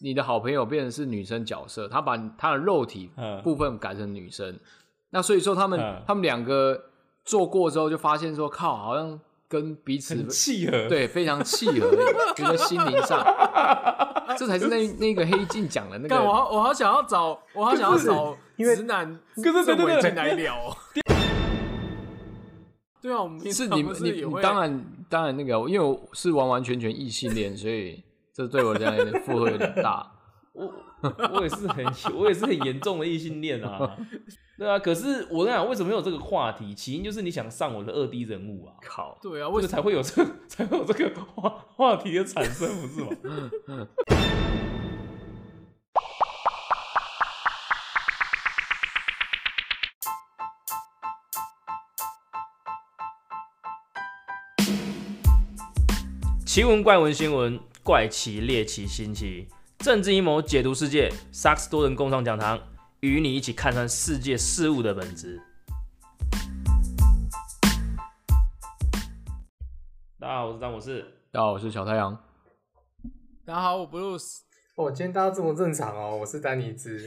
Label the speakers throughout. Speaker 1: 你的好朋友变成是女生角色，他把他的肉体
Speaker 2: 嗯
Speaker 1: 部分改成女生，那所以说他们、
Speaker 2: 嗯
Speaker 1: 他们两个做过之后就发现说，靠，好像跟彼此
Speaker 2: 很契合，，
Speaker 1: 对非常契合，觉得心灵上，这才是那那个黑镜讲 的那
Speaker 3: 但我
Speaker 1: 个。
Speaker 3: 好我好想要找，我好想要找直男
Speaker 2: 可是对
Speaker 3: 郑
Speaker 2: 对
Speaker 3: 伟
Speaker 2: 对
Speaker 3: 进来聊 哦。对啊，我们平
Speaker 1: 是
Speaker 3: 常
Speaker 1: 你
Speaker 3: 不
Speaker 1: 你
Speaker 3: 也
Speaker 1: 你
Speaker 3: 会
Speaker 1: 当然当然那个，因为我是完完全全异性恋，所以这对我来讲有点负荷有点大。
Speaker 2: 我也是很 我也是很严重的异性恋啊， 对啊，可是我跟你讲，为什么有这个话题？起因就是你想上我的二 D 人物啊，
Speaker 1: 靠，
Speaker 3: 对啊，
Speaker 2: 为
Speaker 3: 为
Speaker 2: 什
Speaker 3: 什
Speaker 2: 才会有这才会有这个 话话题的产生，不是吗？奇闻怪闻新闻怪奇猎奇新奇政治阴谋解读世界，萨克斯多人共创讲堂，与你一起看穿世界事物的本质。大家好，我是詹姆士。
Speaker 1: 大家好，我是小太阳。
Speaker 3: 大家好，我 Bruce，
Speaker 4: 哦，今天大家这么正常哦，我是丹尼兹。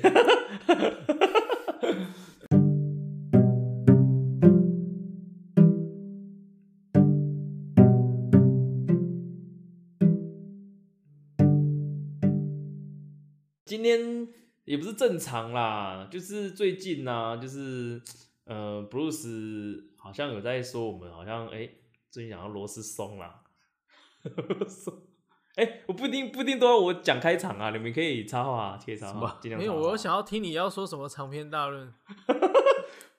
Speaker 2: 今天也不是正常啦，就是最近呢、就是呃，Bruce 好像有在说我们好像哎、诶最近讲到螺丝松啦， 螺丝松哎、我不一定不一定都要我讲开场啊，你们可以插话啊切插话，尽量
Speaker 3: 没
Speaker 2: 插
Speaker 3: 有，
Speaker 2: 话
Speaker 3: 我想要听你要说什么长篇大论。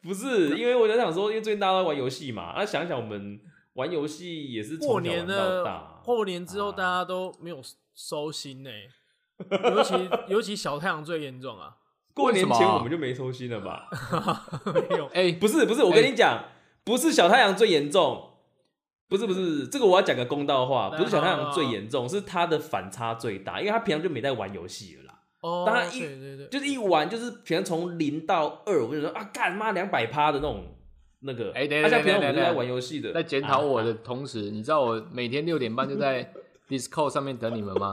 Speaker 2: 不是因为我在想说，因为最近大家都在玩游戏嘛，那、想一想我们玩游戏也是从小
Speaker 3: 过年
Speaker 2: 玩到
Speaker 3: 呢
Speaker 2: 大，，
Speaker 3: 过年之后大家都没有收心呢、尤其尤其小太阳最严重啊，
Speaker 2: 过年
Speaker 1: 为什
Speaker 2: 前
Speaker 1: 么啊
Speaker 2: 我们就没收心了吧？
Speaker 3: 没有
Speaker 1: 哎、
Speaker 2: 不是不是，我
Speaker 1: 哎
Speaker 2: 跟你讲，不是小太阳最严重，不是不是，这个我要讲个公道话，
Speaker 3: 来
Speaker 2: 不是小太阳
Speaker 3: 好
Speaker 2: 最严重，是他的反差最大，因为他平常就没在玩游戏了啦，
Speaker 3: 哦，
Speaker 2: 当然一
Speaker 3: 对对对，
Speaker 2: 就是一玩就是平常从零到二，我就说啊干妈两百趴的那种那个，
Speaker 1: 哎等一下
Speaker 2: 啊像平常
Speaker 1: 等
Speaker 2: 我
Speaker 1: 一下
Speaker 2: 们都在
Speaker 1: 等一下
Speaker 2: 玩游戏的，
Speaker 1: 在检讨我的
Speaker 2: 啊，
Speaker 1: 同时，你知道我每天六点半就 在 Discord 上面等你们吗？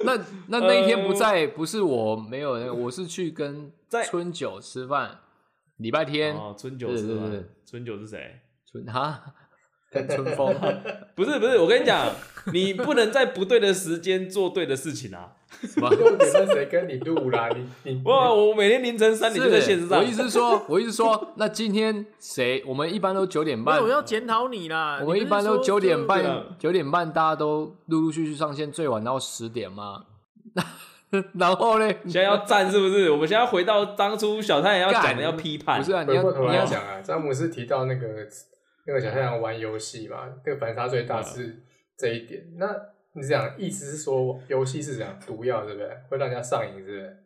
Speaker 1: 那那那一天
Speaker 3: 呃
Speaker 1: 不在，不是我没有那个，我是去跟
Speaker 2: 在
Speaker 1: 春九吃饭，礼拜天
Speaker 2: 哦，春九
Speaker 1: 对
Speaker 2: 是吧
Speaker 1: 对对？
Speaker 2: 春九是谁？
Speaker 1: 春哈跟春 风，
Speaker 2: 不是不是，我跟你讲，你不能在不对的时间做对的事情啊！
Speaker 1: 什么？
Speaker 4: 六点半谁跟你录啦？你 你
Speaker 2: 哇，我每天凌晨三点就在线
Speaker 1: 是，
Speaker 2: 上，
Speaker 1: 我意思是说，我意思是说，那今天谁？我们一般都九点
Speaker 3: 没
Speaker 1: 半
Speaker 3: 有，我要检讨你啦。
Speaker 1: 我们
Speaker 3: 你
Speaker 1: 一
Speaker 3: 不是
Speaker 1: 般都
Speaker 3: 说
Speaker 1: 九
Speaker 3: 就
Speaker 1: 点
Speaker 3: 是
Speaker 2: 对
Speaker 1: 半
Speaker 2: 啊，
Speaker 1: 九点半大家都陆陆续续上线，最晚到十点嘛。 然后嘞，
Speaker 2: 现在要站是不是？我们现在回到当初小太阳要讲的要批判，
Speaker 1: 不是啊，你
Speaker 4: 回
Speaker 1: 要
Speaker 4: 过头
Speaker 1: 你
Speaker 4: 来
Speaker 1: 要
Speaker 4: 讲啊，詹姆斯提到那个那个小太阳玩游戏嘛，那个反差最大是这一点。那你是讲意思是说游戏是讲毒药，对不对？会让人家上瘾，是不是？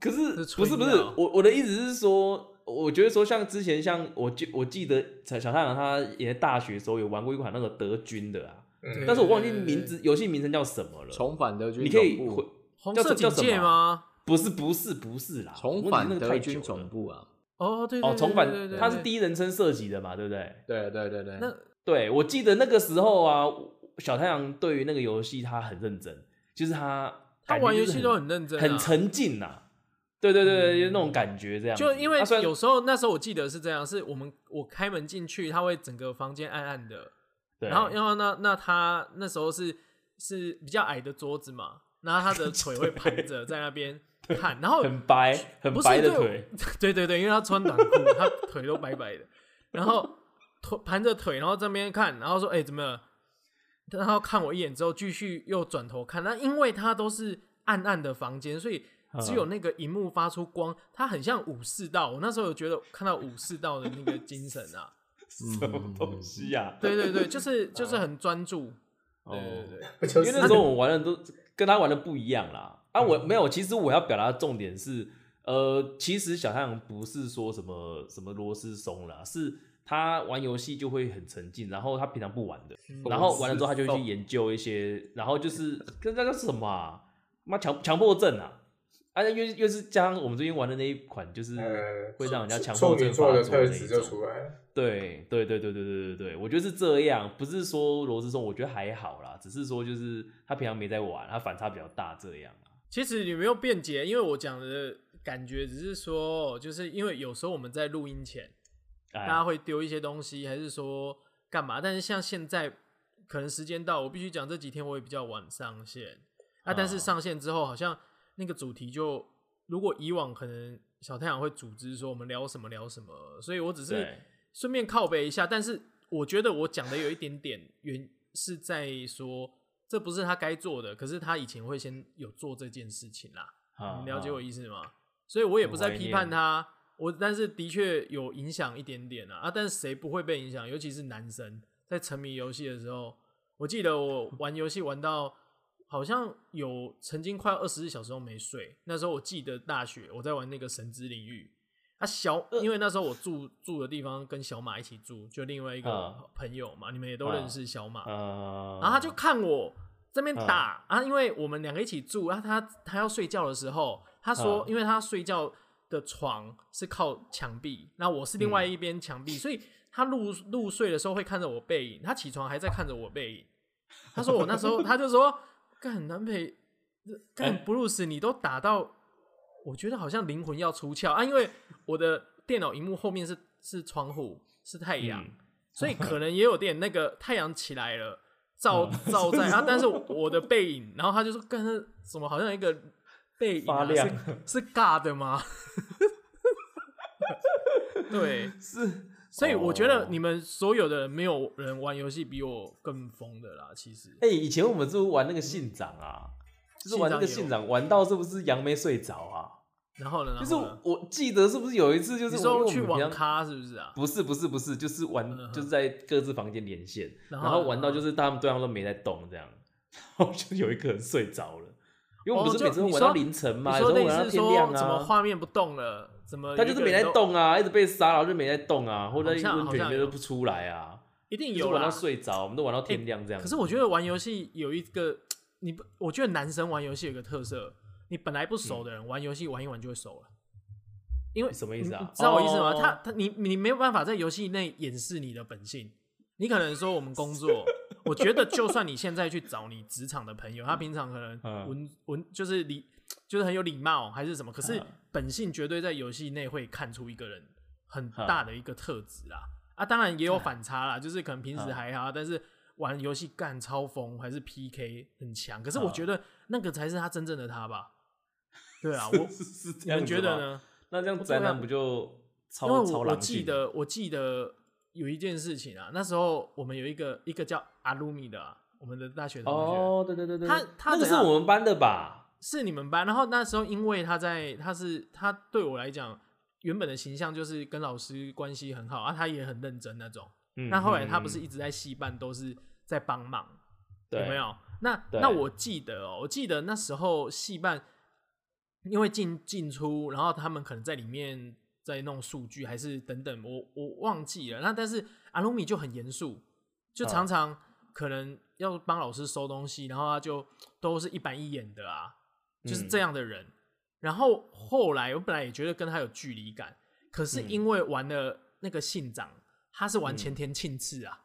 Speaker 2: 可是
Speaker 3: 是
Speaker 2: 不
Speaker 3: 吹
Speaker 2: 是不
Speaker 3: 牛
Speaker 2: 是，我我的意思是说，我觉得说像之前像我记我记得小小太阳他也在大学的时候有玩过一款那个德军的啊，
Speaker 3: 对
Speaker 4: 嗯，
Speaker 2: 但是我忘记名字游戏名称叫什么了。
Speaker 1: 重返德军
Speaker 2: 你
Speaker 1: 总
Speaker 2: 可以
Speaker 1: 部
Speaker 2: 回，
Speaker 3: 红
Speaker 2: 叫
Speaker 3: 色
Speaker 2: 叫
Speaker 3: 警
Speaker 2: 什
Speaker 3: 戒
Speaker 2: 么
Speaker 3: 吗？
Speaker 2: 不是不是不是啦，
Speaker 1: 重
Speaker 2: 啊我忘
Speaker 1: 返
Speaker 2: 记那个
Speaker 1: 德
Speaker 2: 太久
Speaker 1: 军
Speaker 2: 了
Speaker 1: 总部啊！
Speaker 3: 哦，对对
Speaker 2: 哦，重返
Speaker 3: 对对对对
Speaker 2: 它是第一人称射击的嘛，对不对？
Speaker 1: 对对对对，
Speaker 3: 那
Speaker 2: 对，我记得那个时候啊，小太阳对于那个游戏他很认真，就是他
Speaker 3: 他
Speaker 2: 感觉
Speaker 3: 玩
Speaker 2: 就
Speaker 3: 游
Speaker 2: 是
Speaker 3: 戏都很认真啊，
Speaker 2: 很沉浸呐、对对对对，就那种感觉这样子。
Speaker 3: 就因为
Speaker 2: 啊虽然
Speaker 3: 有时候那时候我记得是这样，是我们我开门进去，他会整个房间暗暗的，
Speaker 2: 对
Speaker 3: 然后然后那那他那时候是是比较矮的桌子嘛，然 后他的腿会盘着在那边看，然后
Speaker 2: 很白很
Speaker 3: 不是
Speaker 2: 白的
Speaker 3: 对
Speaker 2: 腿，
Speaker 3: 对对对，因为他穿短裤，他腿都白白的，然后腿盘着腿，然后这边看，然后说：“哎、怎么了？”然后看我一眼之后，继续又转头看。那因为他都是暗暗的房间，所以
Speaker 2: 嗯
Speaker 3: 只有那个荧幕发出光，它很像武士道。我那时候有觉得看到武士道的那个精神啊，
Speaker 2: 什么东西啊？
Speaker 3: 对对对，就是就是很专注。对对
Speaker 2: 哦
Speaker 3: 对对，
Speaker 4: 不就
Speaker 2: 因为
Speaker 4: 是嗯
Speaker 2: 那时候我玩的都跟他玩的不一样啦。啊，我没有，其实我要表达的重点是，呃，其实小太阳不是说什么什么螺丝松啦，是他玩游戏就会很沉浸，然后他平常不玩的，
Speaker 4: 嗯
Speaker 2: 然后完了之后他就会去研究一些，然后就是跟那叫什么啊，妈强强迫症啊，而且又是又是加上我们最近玩的那一款，就是
Speaker 4: 呃，
Speaker 2: 会让人家强
Speaker 4: 处
Speaker 2: 迫
Speaker 4: 女
Speaker 2: 症
Speaker 4: 座
Speaker 2: 发
Speaker 4: 的
Speaker 2: 作那
Speaker 4: 特
Speaker 2: 一
Speaker 4: 质就
Speaker 2: 种
Speaker 4: 出来了。
Speaker 2: 对对对对对对对对，我觉得是这样，不是说罗志松，我觉得还好啦，只是说就是他平常没在玩，他反差比较大这样啊。
Speaker 3: 其实也没有辩解，因为我讲的感觉只是说，就是因为有时候我们在录音前，大家
Speaker 2: 哎，
Speaker 3: 会丢一些东西，还是说干嘛？但是像现在，可能时间到，我必须讲这几天我也比较晚上线啊。但是
Speaker 2: 啊
Speaker 3: 上线之后，好像那个主题就，如果以往可能小太阳会组织说我们聊什么聊什么，所以我只是
Speaker 2: 对
Speaker 3: 顺便靠背一下。但是我觉得我讲的有一点点原是在说，这不是他该做的，可是他以前会先有做这件事情啦。
Speaker 2: 啊
Speaker 3: 你了解我
Speaker 2: 啊
Speaker 3: 意思吗？所以我也不是在
Speaker 2: 很怀
Speaker 3: 批
Speaker 2: 念
Speaker 3: 判他，我但是的确有影响一点点啊啊！但是谁不会被影响？尤其是男生在沉迷游戏的时候，我记得我玩游戏玩到好像有曾经快二十四小时都没睡。那时候我记得大学我在玩那个神之领域。啊小，
Speaker 2: 呃
Speaker 3: 因为那时候我住住的地方跟小马一起住，就另外一个
Speaker 2: 嗯
Speaker 3: 朋友嘛，你们也都认识小马。
Speaker 2: 呃，
Speaker 3: 然后他就看我这边打、啊，因为我们两个一起住，然、后他他要睡觉的时候，他说，
Speaker 2: 嗯
Speaker 3: 因为他睡觉的床是靠墙壁，那我是另外一边墙壁，所以他入入睡的时候会看着我背影，他起床还在看着我背影。他说我那时候，他就说，干南北，干布鲁斯，你都打到，我觉得好像灵魂要出窍啊，因为我的电脑荧幕后面是是窗户，是太阳。
Speaker 2: 嗯
Speaker 3: 所以可能也有点那个太阳起来了，照
Speaker 2: 嗯
Speaker 3: 照在啊，但是我的背影，然后他就说，刚才怎么好像一个背影、
Speaker 2: 发
Speaker 3: 啊、
Speaker 2: 亮
Speaker 3: 是是尬的吗？ 对，
Speaker 2: 是
Speaker 3: 所以我觉得
Speaker 2: 哦
Speaker 3: 你们所有的人没有人玩游戏比我更疯的啦，其实。
Speaker 2: 哎、以前我们是不是玩那个信长啊，就是玩那个
Speaker 3: 信
Speaker 2: 信
Speaker 3: 长
Speaker 2: 长，玩到是不是杨梅睡着啊？
Speaker 3: 然后呢？
Speaker 2: 就是
Speaker 3: 然后呢
Speaker 2: 我记得是不是有一次就
Speaker 3: 你
Speaker 2: 是
Speaker 3: 说
Speaker 2: 我
Speaker 3: 去网
Speaker 2: 玩
Speaker 3: 咖是不是啊？
Speaker 2: 不是不是不是，就是玩、
Speaker 3: 嗯哼
Speaker 2: 就是在各自房间连线，
Speaker 3: 然
Speaker 2: 然
Speaker 3: 后嗯
Speaker 2: 后玩到就是他们对方都没在动这样， 然后就有一个人睡着了，因为我们不是
Speaker 3: 哦
Speaker 2: 每次
Speaker 3: 就
Speaker 2: 都
Speaker 3: 你
Speaker 2: 玩到
Speaker 3: 说
Speaker 2: 凌晨嘛，
Speaker 3: 你
Speaker 2: 有时
Speaker 3: 说
Speaker 2: 候
Speaker 3: 类
Speaker 2: 玩到
Speaker 3: 似
Speaker 2: 天亮
Speaker 3: 说怎么
Speaker 2: 啊，
Speaker 3: 画面不动了，怎么
Speaker 2: 他就是没在
Speaker 3: 有一个人都，
Speaker 2: 动啊，一直被杀，然后就没在动啊，或者
Speaker 3: 好
Speaker 2: 在
Speaker 3: 像
Speaker 2: 温泉
Speaker 3: 好
Speaker 2: 里
Speaker 3: 像
Speaker 2: 面
Speaker 3: 有
Speaker 2: 都不出来啊，
Speaker 3: 一
Speaker 2: 就
Speaker 3: 定
Speaker 2: 是
Speaker 3: 有
Speaker 2: 玩
Speaker 3: 啦哎
Speaker 2: 到。睡着，我们都玩到天亮这样。
Speaker 3: 可是我觉得玩游戏有一个，你不，我觉得男生玩游戏有个特色，你本来不熟的人、玩游戏玩一玩就会熟了，因为
Speaker 2: 什么意思啊
Speaker 3: 你你知道我意思吗？
Speaker 2: 哦
Speaker 3: 他他你你没有办法在游戏内掩饰你的本性，你可能说我们工作，我觉得就算你现在去找你职场的朋友，他平常可能
Speaker 2: 嗯
Speaker 3: 文文就是礼就是很有礼貌还是什么，可是
Speaker 2: 嗯
Speaker 3: 本性绝对在游戏内会看出一个人很
Speaker 2: 嗯
Speaker 3: 大的一个特质啦。啊，当然也有反差啦，就是可能平
Speaker 2: 嗯
Speaker 3: 时还好，但是玩游戏干超疯还是 PK 很强，可是
Speaker 2: 嗯
Speaker 3: 我觉得那个才是他真正的他吧。对 啊，我
Speaker 2: 是是这
Speaker 3: 你
Speaker 2: 样
Speaker 3: 们
Speaker 2: 子
Speaker 3: 觉得
Speaker 2: 吗？
Speaker 3: 呢？
Speaker 2: 那这样
Speaker 3: 对啊
Speaker 2: 宅男不就
Speaker 3: 因为
Speaker 2: 超
Speaker 3: 我
Speaker 2: 超
Speaker 3: 我
Speaker 2: 狼
Speaker 3: 记
Speaker 2: 性？
Speaker 3: 得我记得有一件事情啊，那时候我们有一个一个叫阿鲁米的、啊，我们的大学同学、
Speaker 2: 哦，对对对对，
Speaker 3: 他他
Speaker 2: 那个
Speaker 3: 怎
Speaker 2: 是
Speaker 3: 样
Speaker 2: 我们班的吧？
Speaker 3: 是你们班，然后那时候因为他在他是他对我来讲原本的形象就是跟老师关系很好啊，他也很认真那种。
Speaker 2: 嗯
Speaker 3: 那后来他
Speaker 2: 嗯
Speaker 3: 不是一直在戏办都是在帮忙，
Speaker 2: 对
Speaker 3: 有没？有？那
Speaker 2: 对
Speaker 3: 那我记得哦，我记得那时候戏办因为进进出，然后他们可能在里面在弄数据还是等等，我我忘记了。那但是阿鲁米就很严肃，就
Speaker 2: 啊
Speaker 3: 常常可能要帮老师收东西，然后他就都是一板一眼的啊，就是
Speaker 2: 嗯
Speaker 3: 这样的人。然后后来我本来也觉得跟他有距离感，可是
Speaker 2: 嗯
Speaker 3: 因为玩了那个信长，他是玩前田庆次啊。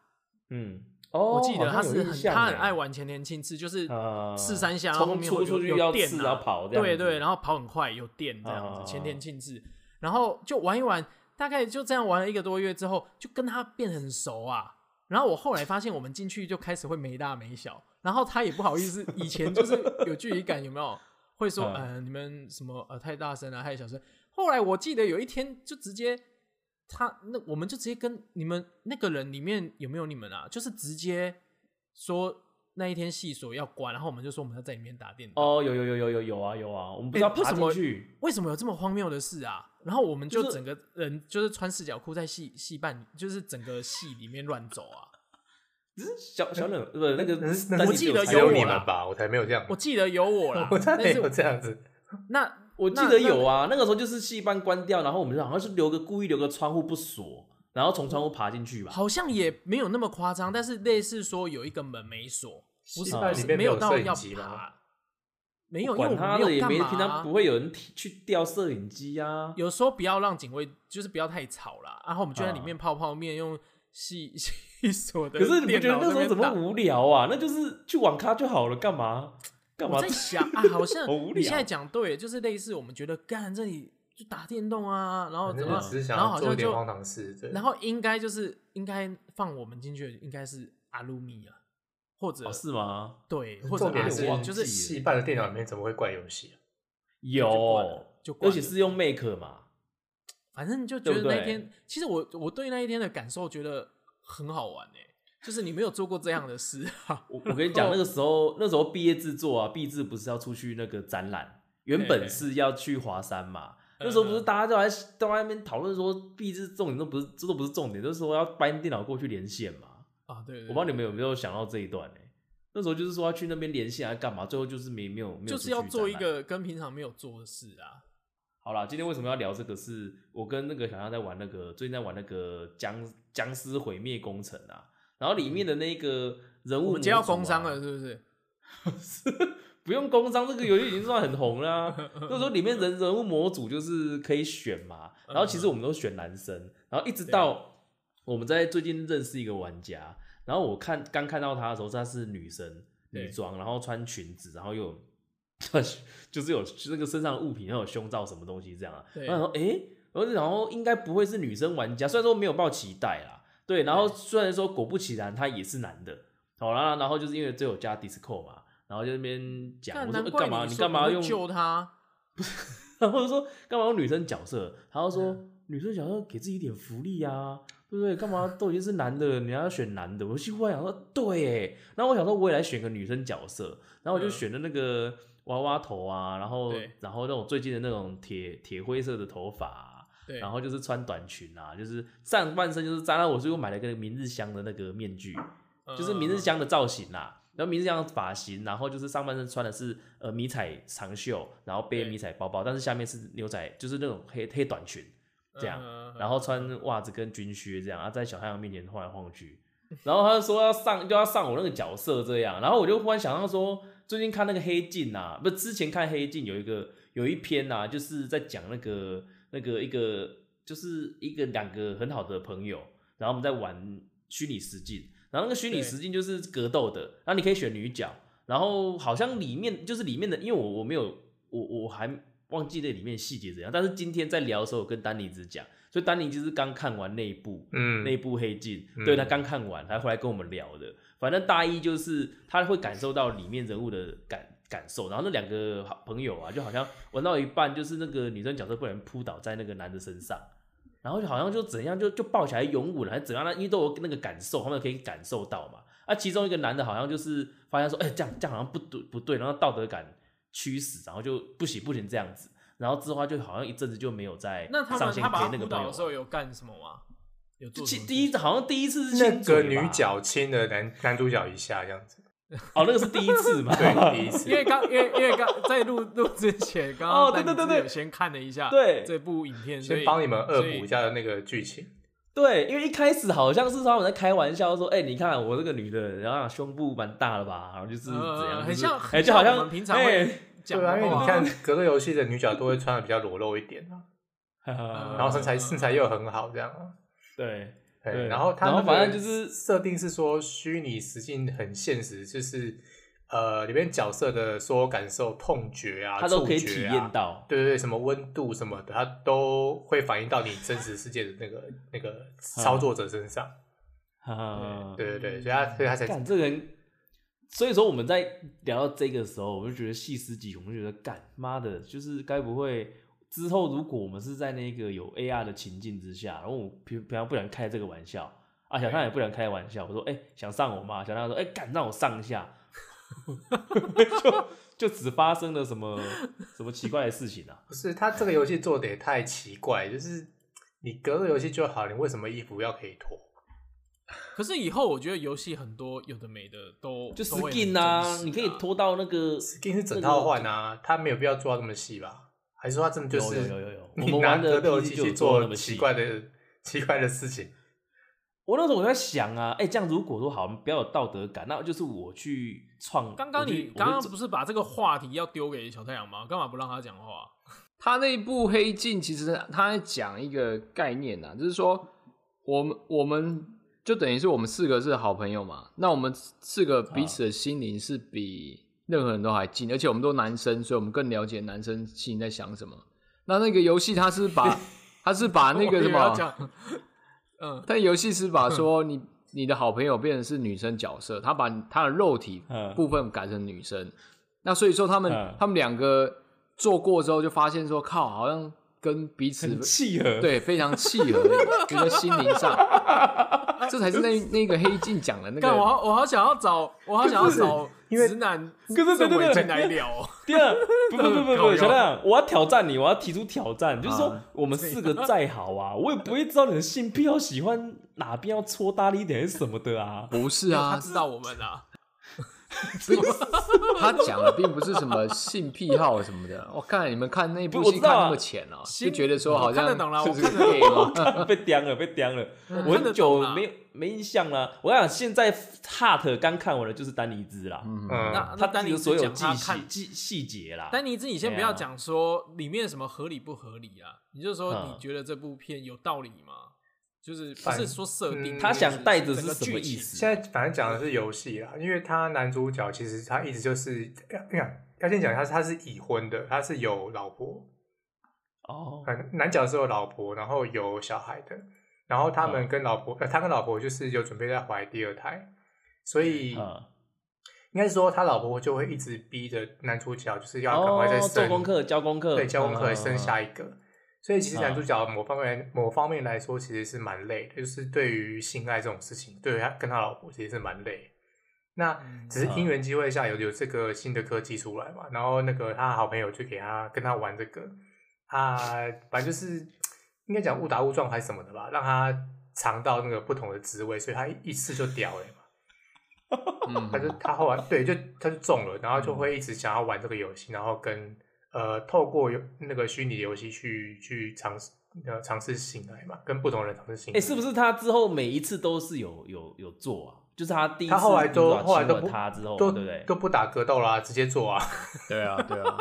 Speaker 2: 嗯，哦，
Speaker 3: 我记得他
Speaker 2: 好像
Speaker 3: 是
Speaker 2: 有
Speaker 3: 很
Speaker 2: 印象
Speaker 3: 他很
Speaker 2: 欸
Speaker 3: 爱，玩前田庆次，就是
Speaker 2: 呃
Speaker 3: 四三下，然后后面
Speaker 2: 冲
Speaker 3: 会
Speaker 2: 出
Speaker 3: 有
Speaker 2: 出去
Speaker 3: 有
Speaker 2: 要
Speaker 3: 电
Speaker 2: 刺
Speaker 3: 啊
Speaker 2: 然后跑这样
Speaker 3: 对
Speaker 2: 子
Speaker 3: 对，然后跑很快，有电这样子，
Speaker 2: 啊
Speaker 3: 前田庆次，然后就玩一玩，大概就这样玩了一个多月之后，就跟他变很熟啊。然后我后来发现，我们进去就开始会没大没小，然后他也不好意思，以前就是有距离感，有没有？会说，
Speaker 2: 嗯
Speaker 3: 呃，你们什么呃太大声了、太小声。后来我记得有一天就直接他那我们就直接跟你们那个人里面有没有你们啊？就是直接说那一天系所要关，然后我们就说我们要在里面打电脑。
Speaker 2: 哦，有有有有有有啊有啊，我们不是
Speaker 3: 欸
Speaker 2: 要爬
Speaker 3: 为什么
Speaker 2: 进去，
Speaker 3: 为什么有这么荒谬的事啊？然后我们就
Speaker 2: 就是
Speaker 3: 整个人就是穿四角裤在戏戏办，就是整个戏里面乱走 啊！
Speaker 2: 只是小小冷不是那个
Speaker 4: 那是那
Speaker 2: 丹
Speaker 3: 我
Speaker 2: 尼
Speaker 3: 记
Speaker 2: 只
Speaker 3: 得啊
Speaker 2: 三
Speaker 4: 只有
Speaker 2: 个
Speaker 4: 你
Speaker 3: 我啦
Speaker 4: 们吧，我才没有这样，，
Speaker 3: 我记得有我啦
Speaker 4: 我才
Speaker 3: 但
Speaker 4: 没
Speaker 3: 是
Speaker 4: 有这样子。
Speaker 3: 那
Speaker 2: 我记得有啊，那个时候就是戏班关掉，然后我们就好像是留个故意留个窗户不锁，然后从窗户爬进去吧。
Speaker 3: 好像也没有那么夸张，但是类似说有一个门没锁，不是
Speaker 4: 戏班
Speaker 3: 不是
Speaker 4: 里面
Speaker 3: 没
Speaker 4: 没有
Speaker 3: 到
Speaker 4: 摄影
Speaker 3: 要
Speaker 4: 机吗
Speaker 3: 爬，没有，因为
Speaker 2: 管
Speaker 3: 我
Speaker 2: 他
Speaker 3: 们
Speaker 2: 的
Speaker 3: 没
Speaker 2: 也
Speaker 3: 有
Speaker 2: 没
Speaker 3: 干嘛
Speaker 2: 平
Speaker 3: 啊
Speaker 2: 常不会有人提去调摄影机啊。
Speaker 3: 有时候不要让警卫，就是不要太吵啦。啊然后我们就在里面泡泡面，用 细细锁的。
Speaker 2: 啊可是你不觉得那时候怎么
Speaker 3: 我？
Speaker 2: 无聊啊？那就是去网咖就好了，干嘛干嘛
Speaker 3: 我在？想啊，好像
Speaker 2: 好无
Speaker 3: 你现
Speaker 2: 聊
Speaker 3: 在讲对了，就是类似我们觉得干这里就打电动啊，然后
Speaker 4: 反
Speaker 3: 怎
Speaker 4: 正
Speaker 3: 么
Speaker 4: 就
Speaker 3: 样，
Speaker 4: 只是想
Speaker 3: 然后
Speaker 4: 要
Speaker 3: 好
Speaker 4: 做一
Speaker 3: 像
Speaker 4: 点
Speaker 3: 就
Speaker 4: 荒唐事，对。
Speaker 3: 然后应该就是应该放我们进去，的应该是阿鲁米啊，或者、
Speaker 2: 哦是吗？
Speaker 3: 对，或者
Speaker 4: 重
Speaker 3: 阿
Speaker 4: 点
Speaker 2: 是
Speaker 3: 鲁米，就是
Speaker 2: 忘记
Speaker 4: 戏办的电脑里面怎么会怪游戏啊？
Speaker 3: 关
Speaker 2: 有
Speaker 3: 了，就关
Speaker 2: 而且
Speaker 3: 了
Speaker 2: 是用 Make 嘛，
Speaker 3: 反正就觉得
Speaker 2: 对不对，
Speaker 3: 那一天，其实我我对那一天的感受觉得很好玩诶、就是你没有做过这样的事啊
Speaker 2: 我我跟你讲， 那个时候那时候毕业制作啊，毕制不是要出去那个展览，原
Speaker 3: 嘿嘿
Speaker 2: 本是要去华山嘛。那时候不是
Speaker 3: 嗯
Speaker 2: 大家都还都在那边讨论说，毕制重点都不是，这都不是重点，就是说要搬电脑过去连线嘛。
Speaker 3: 啊，对对对，
Speaker 2: 我不知道你们有没有想到这一段呢、那时候就是说要去那边连线来干嘛，最后就是没没有没有
Speaker 3: 就
Speaker 2: 出
Speaker 3: 是
Speaker 2: 去
Speaker 3: 要做一
Speaker 2: 展览
Speaker 3: 个跟平常没有做的事啊。
Speaker 2: 好啦，今天为什么要聊这个是？我跟那个小象在玩那个，最近在玩那个僵僵尸毁灭工程啊，然后里面的那个人物、
Speaker 3: 嗯我们接到工
Speaker 2: 啊
Speaker 3: 伤了，，是不是？
Speaker 2: 不用工伤，这个游戏已经算很红啦、那时候里面人人物模组就是可以选嘛，然后其实我们都选男生，然后一直到我们在最近认识一个玩家，然后我看刚看到他的时候，她是女生
Speaker 3: 对
Speaker 2: 女装，然后穿裙子，然后又有 就是有那个身上的物品，然后有胸罩什么东西这样啊，
Speaker 3: 对
Speaker 2: 然后哎、诶然后然后应该不会是女生玩家，虽然说没有抱期待啦，对，然后虽然说果不其然他也是男的，好啦，然后就是因为最后加 disco 嘛。然后就在那边讲，
Speaker 3: 干
Speaker 2: 我说
Speaker 3: 难
Speaker 2: 呃
Speaker 3: 怪
Speaker 2: 干嘛？
Speaker 3: 你
Speaker 2: 你
Speaker 3: 说
Speaker 2: 干嘛
Speaker 3: 会
Speaker 2: 用
Speaker 3: 救他？
Speaker 2: 然后就说干嘛用女生角色？然后说、
Speaker 3: 嗯
Speaker 2: 女生角色给自己一点福利啊，对不对？干嘛都已经是男的了，你还要选男的？我就忽然想说，对诶。然后我想说，我也来选个女生角色，然后我就
Speaker 3: 嗯
Speaker 2: 选了那个娃娃头啊，然后
Speaker 3: 对
Speaker 2: 然后那种最近的那种铁铁灰色的头发啊、
Speaker 3: 对，
Speaker 2: 然后就是穿短裙啊，就是上半身就是扎拉，我是又买了一个明日香的那个面具，就是明日香的造型啦，然后明日香的发型，然后就是上半身穿的是呃迷彩长袖，然后背
Speaker 3: 对
Speaker 2: 迷彩包包，但是下面是牛仔，就是那种黑黑短裙这样，
Speaker 3: 嗯
Speaker 2: 然后穿袜子跟军靴这样，啊，在小太阳面前晃来晃去，然后他就说要上就要上我那个角色这样，然后我就忽然想到说，最近看那个《黑镜》啊，不，之前看《黑镜》有一个有一篇啊，就是在讲那个那个一个就是一个两个很好的朋友，然后我们在玩虚拟实境，然后那个虚拟
Speaker 3: 对
Speaker 2: 实境就是格斗的，然后你可以选女角，然后好像里面就是里面的，因为我我没有我我还忘记那里面细节怎样，但是今天在聊的时候，我跟丹尼子讲，所以丹尼就是刚看完那一部，
Speaker 4: 嗯
Speaker 2: 那一部黑镜，
Speaker 4: 嗯
Speaker 2: 对他刚看完，他回来跟我们聊的。反正大一就是他会感受到里面人物的感感受，然后那两个好朋友啊，就好像玩到一半，就是那个女生角色不然扑倒在那个男的身上，然后就好像就怎样就就抱起来拥吻了，还是怎样呢？因为都有那个感受，他们可以感受到嘛。啊，其中一个男的好像就是发现说，哎、这样这样好像不对不对，然后道德感驱使，然后就不行不行这样子。然后之后他就好像一阵子就没有再
Speaker 3: 那他
Speaker 2: 上
Speaker 3: 们
Speaker 2: 线
Speaker 3: 他
Speaker 2: 给
Speaker 3: 把
Speaker 2: 那
Speaker 3: 他
Speaker 2: 个
Speaker 3: 扑
Speaker 2: 朋
Speaker 3: 倒
Speaker 2: 友
Speaker 3: 的时
Speaker 2: 玩
Speaker 3: 候有干什么吗？有做什
Speaker 2: 其
Speaker 3: 么
Speaker 2: 第一好像第一次是
Speaker 4: 那
Speaker 2: 亲嘴
Speaker 4: 个
Speaker 2: 吧
Speaker 4: 女角亲了男男主角一下，这样 子，
Speaker 2: 哦，那个是第一次嘛？
Speaker 4: 对，第一次
Speaker 3: 因。为刚因为因为刚在录录之前，刚
Speaker 2: 哦
Speaker 3: 刚
Speaker 2: 对对
Speaker 3: 丹
Speaker 2: 对
Speaker 3: 尼兹有
Speaker 2: 对
Speaker 3: 先看了一下
Speaker 2: 对
Speaker 3: 这部影片，所
Speaker 4: 先
Speaker 3: 以
Speaker 4: 帮你们恶
Speaker 3: 所
Speaker 4: 补
Speaker 3: 以
Speaker 4: 一下那个剧情，
Speaker 2: 对，因为一开始好像是他们在开玩笑说，哎、你看我这个女的，然后胸部蛮大的吧，然后就是怎样，就
Speaker 3: 呃
Speaker 2: 是
Speaker 3: 很像
Speaker 2: 哎、
Speaker 3: 很
Speaker 2: 就好
Speaker 3: 像
Speaker 2: 像
Speaker 3: 我们平常
Speaker 2: 哎
Speaker 3: 会讲
Speaker 4: 对
Speaker 3: 的
Speaker 4: 啊，因为
Speaker 3: 话
Speaker 4: 你
Speaker 2: 哦
Speaker 4: 看 格斗游戏的女角都会穿的比较裸露一点啊，
Speaker 2: 然
Speaker 4: 然后身材身材又很好这样
Speaker 2: 哎
Speaker 4: 啊。
Speaker 2: 对
Speaker 4: 对，
Speaker 2: 对
Speaker 4: 然后他
Speaker 2: 然后
Speaker 4: 那
Speaker 2: 反
Speaker 4: 个
Speaker 2: 正就是
Speaker 4: 设定是说虚拟实境很现实，就是呃里面角色的所有感受、痛觉啊，
Speaker 2: 她都可以
Speaker 4: 触觉
Speaker 2: 体
Speaker 4: 啊
Speaker 2: 验。到，
Speaker 4: 对对对，什么温度什么的，它都会反映到你真实世界的那个那个
Speaker 2: 嗯
Speaker 4: 操作者身上。
Speaker 2: 哈哈
Speaker 4: 对对对，所以他所以他才
Speaker 2: 干这个人，所以说我们在聊到这个时候，我就觉得细思极恐，我就觉得干妈的，就是该不会之后如果我们是在那个有 AR 的情境之下，然后我平平常不想开这个玩笑啊，小畅也不想开玩笑，我说哎、想上我妈，小畅说哎敢、让我上一下， 就就只发生了什么什么奇怪的事情啊？
Speaker 4: 不是他这个游戏做的也太奇怪，就是你格斗游戏就好，你为什么衣服要可以脱？
Speaker 3: 可是以后我觉得游戏很多有的没的都
Speaker 2: 就
Speaker 3: 都会很
Speaker 2: skin 啊
Speaker 3: 真，实
Speaker 2: 你可以脱到那个
Speaker 4: skin 是整套换啊，他没有必要做到这么细吧？还是说他真的就是
Speaker 2: 有有有有有
Speaker 4: 你
Speaker 2: 我们
Speaker 4: 拿
Speaker 2: 玩的
Speaker 4: 格斗游
Speaker 2: PG
Speaker 4: 戏
Speaker 2: 就有
Speaker 4: 去
Speaker 2: 做那
Speaker 4: 做
Speaker 2: 么细
Speaker 4: 奇怪的奇怪的事情？
Speaker 2: 我那时候我在想啊，哎、这样如果说好，不要有道德感，那就是我去创。
Speaker 3: 刚刚
Speaker 2: 我去
Speaker 3: 你
Speaker 2: 我去
Speaker 3: 刚刚
Speaker 2: 做
Speaker 3: 不是把这个话题要丢给小太阳吗？干嘛不让他讲话？
Speaker 1: 他那一部《黑镜》其实他在讲一个概念呐、就是说我们我们就等于是我们四个是好朋友嘛，那我们四个彼此
Speaker 2: 啊
Speaker 1: 的心灵是比任何人都还近，而且我们都男生，所以我们更了解男生心里在想什么。那那个游戏它是 把它是把那个什
Speaker 3: 我以为要
Speaker 1: 么，
Speaker 3: 讲？
Speaker 1: 但游戏是把
Speaker 2: 嗯
Speaker 1: 说你你的好朋友变成是女生角色，他把他的肉体
Speaker 2: 嗯
Speaker 1: 部分改成女生，那所以说他们、
Speaker 2: 嗯
Speaker 1: 他们两个做过之后就发现说，靠，好像跟彼此
Speaker 2: 很契合，，
Speaker 1: 对非常契合，觉得心灵 上，这才是那那个黑镜讲的那
Speaker 3: 干我
Speaker 1: 个。
Speaker 3: 好我好想要找我好想要找直男
Speaker 2: 可是对对
Speaker 3: 政委
Speaker 2: 对
Speaker 3: 进来聊哦。
Speaker 2: 第二，不不 不不
Speaker 3: 靠腰
Speaker 2: 不，小亮，我要挑战你，我要提出挑战，就是说
Speaker 1: 啊
Speaker 2: 我们四个再好啊，我也不会知道你的性癖要喜欢哪边要搓大力一点是什么的 啊。
Speaker 1: 不是
Speaker 3: 他
Speaker 1: 啊，
Speaker 3: 知道我们啊，
Speaker 1: 他讲的并不是什么性癖好什么的。我看你们看那部
Speaker 2: 不我
Speaker 1: 戏
Speaker 2: 知
Speaker 1: 看
Speaker 2: 道啊
Speaker 1: 那么浅哦，就觉得说好像
Speaker 3: 我看得懂啦
Speaker 1: 是
Speaker 3: 我
Speaker 1: 不是
Speaker 3: 看得
Speaker 1: gay 吗？
Speaker 2: 被刁了，被刁了，我
Speaker 3: 看得
Speaker 2: 很
Speaker 3: 懂
Speaker 2: 久
Speaker 3: 啦
Speaker 2: 没有没印象了。我跟你讲，现在 Hart 刚看完的就是丹尼兹啦，
Speaker 3: 那
Speaker 4: 嗯，
Speaker 3: 那
Speaker 2: 他
Speaker 3: 丹
Speaker 2: 记得
Speaker 3: 尼兹
Speaker 2: 所有
Speaker 3: 讲
Speaker 2: 细
Speaker 3: 他
Speaker 2: 细
Speaker 3: 看
Speaker 2: 细细节啦。
Speaker 3: 丹尼兹，你先
Speaker 2: 哎
Speaker 3: 不要
Speaker 2: 呀
Speaker 3: 讲说里面什么合理不合理啊，你就说你
Speaker 2: 嗯
Speaker 3: 觉得这部片有道理吗？就是不
Speaker 4: 反
Speaker 3: 是说设定，
Speaker 4: 嗯
Speaker 2: 他想带着
Speaker 3: 整
Speaker 2: 是
Speaker 3: 个
Speaker 2: 什
Speaker 3: 剧
Speaker 2: 么
Speaker 3: 情
Speaker 2: 意？思？
Speaker 4: 现在反正讲的是游戏啦，因为他男主角其实他一直就是要要要先讲他他是已婚的，他是有老婆，
Speaker 2: 哦，
Speaker 4: 嗯，男角是有老婆，然后有小孩的，然后他
Speaker 2: 嗯
Speaker 4: 们跟老婆，呃，他跟老婆就是有准备在怀第二胎，所以
Speaker 2: 嗯，
Speaker 4: 应该是说他老婆就会一直逼着男主角就是要赶快再
Speaker 2: 哦，
Speaker 4: 生，
Speaker 2: 做功课，交功课，嗯
Speaker 4: 对，交功课来生下
Speaker 2: 一
Speaker 4: 一个。所以其实
Speaker 2: 嗯
Speaker 4: 男主角某方面某方面来说，其实是蛮累的，就是对于性爱这种事情，对于他跟他老婆其实是蛮累。那
Speaker 2: 嗯
Speaker 4: 只是因缘机会下有有这个新的科技出来嘛，然后那个他好朋友就给他跟他玩这个，他反正就是应该讲误打误撞还是什么的吧，让他尝到那个不同的滋味，所以他一一次就屌了嘛。他就
Speaker 1: 嗯，
Speaker 4: 他后来对就他就中了，然后就会一直想要玩这个游戏，然后跟呃透过游那个虚拟游戏去去尝试呃尝试醒来嘛，跟不同人尝试醒
Speaker 2: 哎、
Speaker 4: 来。
Speaker 2: 是不是他之后每一次都是有有有做啊？就是他第一次
Speaker 4: 他后来都
Speaker 2: 女主角
Speaker 4: 后来
Speaker 2: 亲
Speaker 4: 都
Speaker 2: 吻
Speaker 4: 不
Speaker 2: 他之后，
Speaker 4: 都
Speaker 2: 对不对？
Speaker 4: 都不打格斗啦，直接做啊。
Speaker 1: 对啊，对 啊，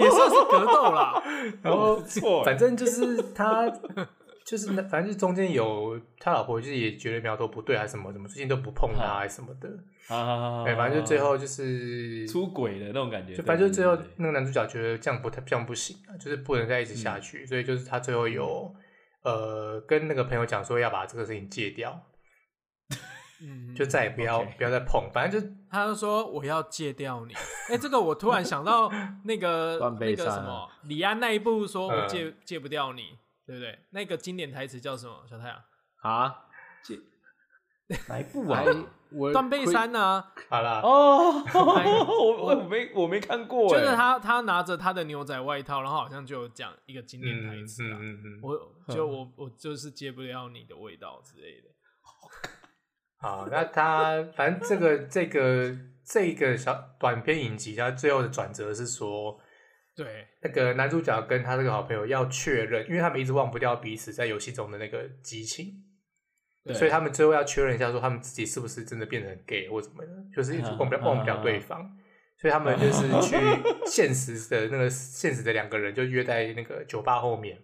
Speaker 3: 也算是格斗 啦。
Speaker 4: 然后
Speaker 2: 不错
Speaker 4: 反正就是他 就是那反正就中间有他老婆就是也觉得苗头不对还是什么什么，最近都不碰他还是什么的。
Speaker 2: 啊，
Speaker 4: 哎，反正就最后就是
Speaker 2: 出轨的那种感觉，
Speaker 4: 就反正就最后
Speaker 2: 对对对对
Speaker 4: 那个男主角觉得这样不太这样不行啊，就是不能再一直下
Speaker 2: 嗯
Speaker 4: 去，所以就是他最后有、呃跟那个朋友讲说要把这个事情戒掉，
Speaker 3: 嗯，
Speaker 4: 就再也不要、
Speaker 2: OK
Speaker 4: 不要再碰，反正就
Speaker 3: 他就说我要戒掉你。哎、这个我突然想到那 个
Speaker 1: 断
Speaker 3: 那
Speaker 1: 背
Speaker 3: 个
Speaker 1: 山啊
Speaker 3: 什么李安那一部，说我
Speaker 4: 嗯
Speaker 3: 戒、戒不掉你，对不对？那个经典台词叫什么？小太阳，
Speaker 1: 啊，
Speaker 2: 哪一部啊
Speaker 1: 哎？ 我
Speaker 3: 断背山啊呢、
Speaker 4: 好啦。
Speaker 2: 哦，我我没我没看过，
Speaker 3: 就是
Speaker 2: 哎
Speaker 3: 他他拿着他的牛仔外套，然后好像就有讲一个经典
Speaker 4: 嗯
Speaker 3: 台
Speaker 4: 嗯
Speaker 3: 词啊，
Speaker 4: 嗯嗯嗯，
Speaker 3: 我就我我就是戒不了你的味道之类的。
Speaker 4: 好，那他反正这个这个这个小短片影集，他最后的转折是说，
Speaker 3: 对，
Speaker 4: 那个男主角跟他这个好朋友要确认，因为他们一直忘不掉彼此在游戏中的那个激情，
Speaker 2: 对
Speaker 4: 所以他们最后要确认一下，说他们自己是不是真的变成 gay 或怎么的，就是一直忘不了
Speaker 2: 嗯
Speaker 4: 忘不了对方，所以他们就是去现实的那个现实的两个人就约在那个酒吧后面，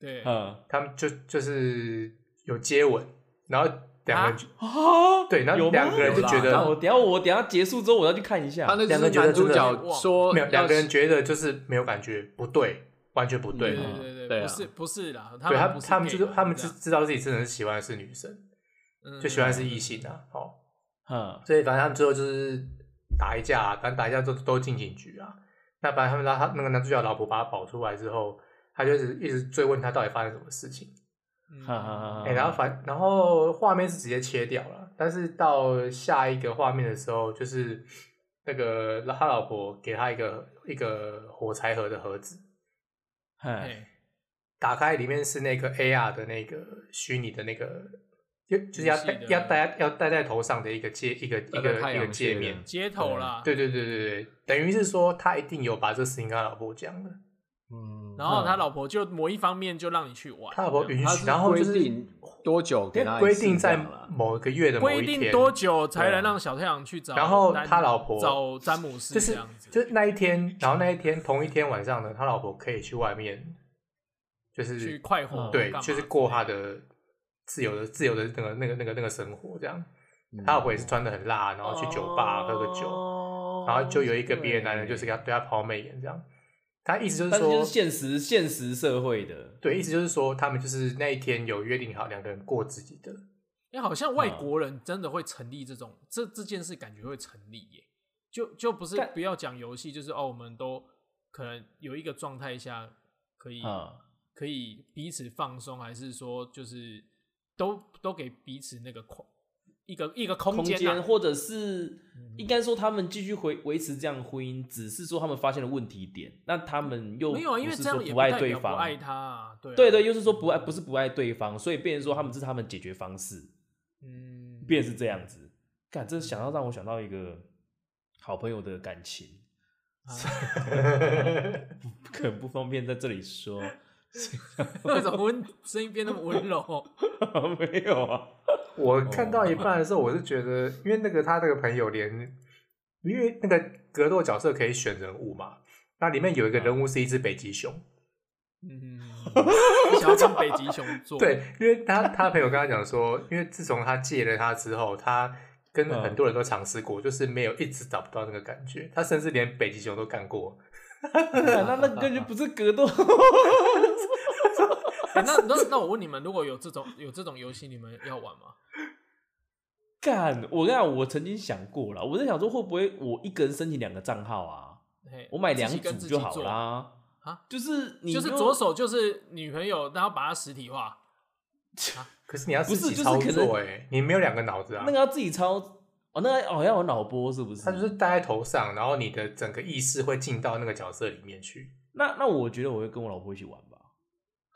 Speaker 3: 对，
Speaker 2: 嗯
Speaker 4: 他们就就是有接吻，然后两个人就、
Speaker 2: 啊，
Speaker 4: 对，然后
Speaker 2: 有吗
Speaker 4: 两个人就觉
Speaker 1: 有啦
Speaker 2: 那
Speaker 4: 得
Speaker 2: 我等一下我等一下结束之后我要去看一下
Speaker 1: 他，那
Speaker 4: 两
Speaker 1: 个是
Speaker 4: 个觉得
Speaker 1: 男主
Speaker 4: 真的
Speaker 1: 角说
Speaker 4: 没有两个人
Speaker 1: 要
Speaker 4: 觉得就是没有感觉，不对，完全不对。
Speaker 3: 对
Speaker 2: 嗯
Speaker 3: 对对
Speaker 1: 对啊
Speaker 3: 不是不是啦，
Speaker 4: 对他
Speaker 3: 们不是
Speaker 4: 他们
Speaker 3: gay
Speaker 4: 就是
Speaker 3: 嘛
Speaker 4: 他们
Speaker 3: 这
Speaker 4: 知
Speaker 3: 样
Speaker 4: 知道自己真的是喜欢的是女生，
Speaker 3: 嗯
Speaker 4: 就喜欢的是异性啊，哦，
Speaker 2: 嗯
Speaker 4: 所以反正他们最后就是打一架、啊，反正打一架都都进警局啊。那反正他们拉他那个男主角老婆把他保出来之后，他就是一直追问他到底发生什么事情。
Speaker 3: 嗯
Speaker 2: 哈哈哈哈
Speaker 4: 哎、然后反然后画面是直接切掉了，但是到下一个画面的时候，就是那个他老婆给他一个一个火柴盒的盒子，
Speaker 2: 嗯
Speaker 3: 哎
Speaker 4: 打开里面是那个 AR 的那个虚拟的那个，就就是要戴
Speaker 3: 游戏的
Speaker 4: 要戴要戴在头上的一个界一个一
Speaker 1: 戴
Speaker 4: 个
Speaker 1: 在太
Speaker 4: 一个
Speaker 1: 阳
Speaker 4: 界
Speaker 1: 穴
Speaker 4: 面
Speaker 1: 的。
Speaker 3: 街头啦，
Speaker 4: 对对对对对，等于是说他一定有把这事情跟他老婆讲了，
Speaker 1: 嗯
Speaker 3: 然后他老婆就某一方面就让你去玩，
Speaker 4: 他老婆允
Speaker 1: 他
Speaker 4: 许，
Speaker 1: 是
Speaker 4: 然后
Speaker 1: 规
Speaker 4: 就是
Speaker 1: 定多久给他一次
Speaker 4: 规定在
Speaker 1: 这样啦
Speaker 4: 某个月的某
Speaker 3: 规
Speaker 4: 一
Speaker 3: 定
Speaker 4: 天，啊
Speaker 3: 多久才能让小太阳去找丹？
Speaker 4: 然后他老婆
Speaker 3: 找詹姆斯
Speaker 4: 就
Speaker 3: 这
Speaker 4: 是
Speaker 3: 样子，
Speaker 4: 就是那一天，然后那一天同一天晚上呢，他老婆可以去外面，就是
Speaker 3: 去快活，
Speaker 2: 嗯
Speaker 4: 对
Speaker 3: 干，嘛
Speaker 4: 就是过他的自由的自由的那个那个那个那个生活这样。
Speaker 1: 嗯
Speaker 4: 他老婆也是穿的很辣，然后去酒
Speaker 2: 哦
Speaker 4: 吧喝个酒，
Speaker 2: 酒
Speaker 4: 然后就有一个别的男人就是给他对他抛媚眼这样。他意思就是
Speaker 2: 但是就是
Speaker 4: 说，
Speaker 2: 现实现实社会的，
Speaker 4: 对，意思就是说他们就是那一天有约定好两个人过自己的，
Speaker 3: 因为好像
Speaker 2: 嗯
Speaker 3: 外国人真的会成立这种这这件事，感觉会成立耶。就就不是
Speaker 2: 干
Speaker 3: 不要讲游戏，就是哦，我们都可能有一个状态下可以、
Speaker 2: 嗯，
Speaker 3: 可以彼此放松，还是说就是都都给彼此那个空一个一个空
Speaker 2: 空
Speaker 3: 间、
Speaker 2: 间
Speaker 3: 啊，嗯
Speaker 2: 或者是应该说他们继续维维持这样的婚姻，只是说他们发现了问题点，那他们又
Speaker 3: 没有啊，因
Speaker 2: 不
Speaker 3: 为
Speaker 2: 是
Speaker 3: 这样
Speaker 2: 说
Speaker 3: 也
Speaker 2: 不爱
Speaker 3: 代
Speaker 2: 对
Speaker 3: 表不
Speaker 2: 方，
Speaker 3: 爱他、啊，对啊
Speaker 2: 对对，又是说不爱，不是不爱对方，所以变成说他们这是他们解决方式，
Speaker 3: 嗯，
Speaker 2: 变成是这样子。干，这想要让我想到一个好朋友的感情，
Speaker 3: 啊
Speaker 2: 不可能不方便在这里说，
Speaker 3: 为什么温声音变那么温柔？
Speaker 2: 没有啊。
Speaker 4: 我看到一半的时候，我是觉得，因为那个他那个朋友连，因为那个格斗角色可以选人物嘛，那里面有一个人物是一只北极熊，
Speaker 3: 嗯， 你想要跟北极熊做？
Speaker 4: 对，因为他他朋友跟他讲说，因为自从他戒了他之后，他跟
Speaker 2: 嗯
Speaker 4: 很多人都尝试过，就是没有一直找不到那个感觉，他甚至连北极熊都干过，
Speaker 2: 干那那根本就不是格斗，
Speaker 3: 欸那那那我问你们，如果有这种有这种游戏，你们要玩吗？
Speaker 2: 干！我跟你讲，我曾经想过了，我在想说会不会我一个人申请两个账号啊？
Speaker 3: 嘿
Speaker 2: 我买两
Speaker 3: 自己
Speaker 2: 组
Speaker 3: 跟自己
Speaker 2: 就好
Speaker 3: 做，
Speaker 2: 啦。
Speaker 3: 啊，
Speaker 2: 就是你
Speaker 3: 就是
Speaker 2: 用
Speaker 3: 左手就是女朋友，然后把它实体化。
Speaker 4: 可是你要自
Speaker 2: 不是
Speaker 4: 己
Speaker 2: 就是
Speaker 4: 操
Speaker 2: 可能
Speaker 4: 作、欸，哎、你没有两个脑子啊，
Speaker 2: 那个要自己抄哦，那个哦要有脑波是不是？
Speaker 4: 他就是戴在头上，然后你的整个意识会进到那个角色里面去，
Speaker 2: 那那我觉得我会跟我老婆一起玩吧，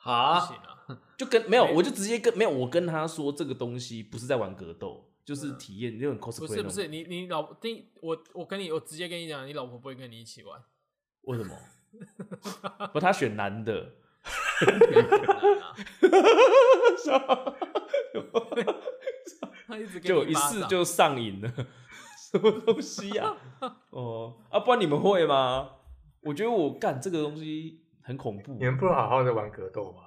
Speaker 3: 不
Speaker 1: 啊
Speaker 3: 行，啊，
Speaker 2: 就跟没有，我就直接跟没有，我跟他说这个东西不是在玩格斗，就是体验那种 cosplay
Speaker 3: 嗯不
Speaker 2: 那
Speaker 3: 是
Speaker 2: 种
Speaker 3: 不是，你你老第我我跟你我直接跟你讲，你老婆不会跟你一起 玩，
Speaker 2: 为什么？ 不，他选男的，
Speaker 3: 啊她一直给
Speaker 2: 就
Speaker 3: 你
Speaker 2: 一
Speaker 3: 巴
Speaker 2: 试
Speaker 3: 掌
Speaker 2: 就上瘾了，什么东西呀、啊？哦，啊，不然你们会吗？我觉得我干这个东西很恐怖
Speaker 4: 你，们不能好好的玩格斗 吗？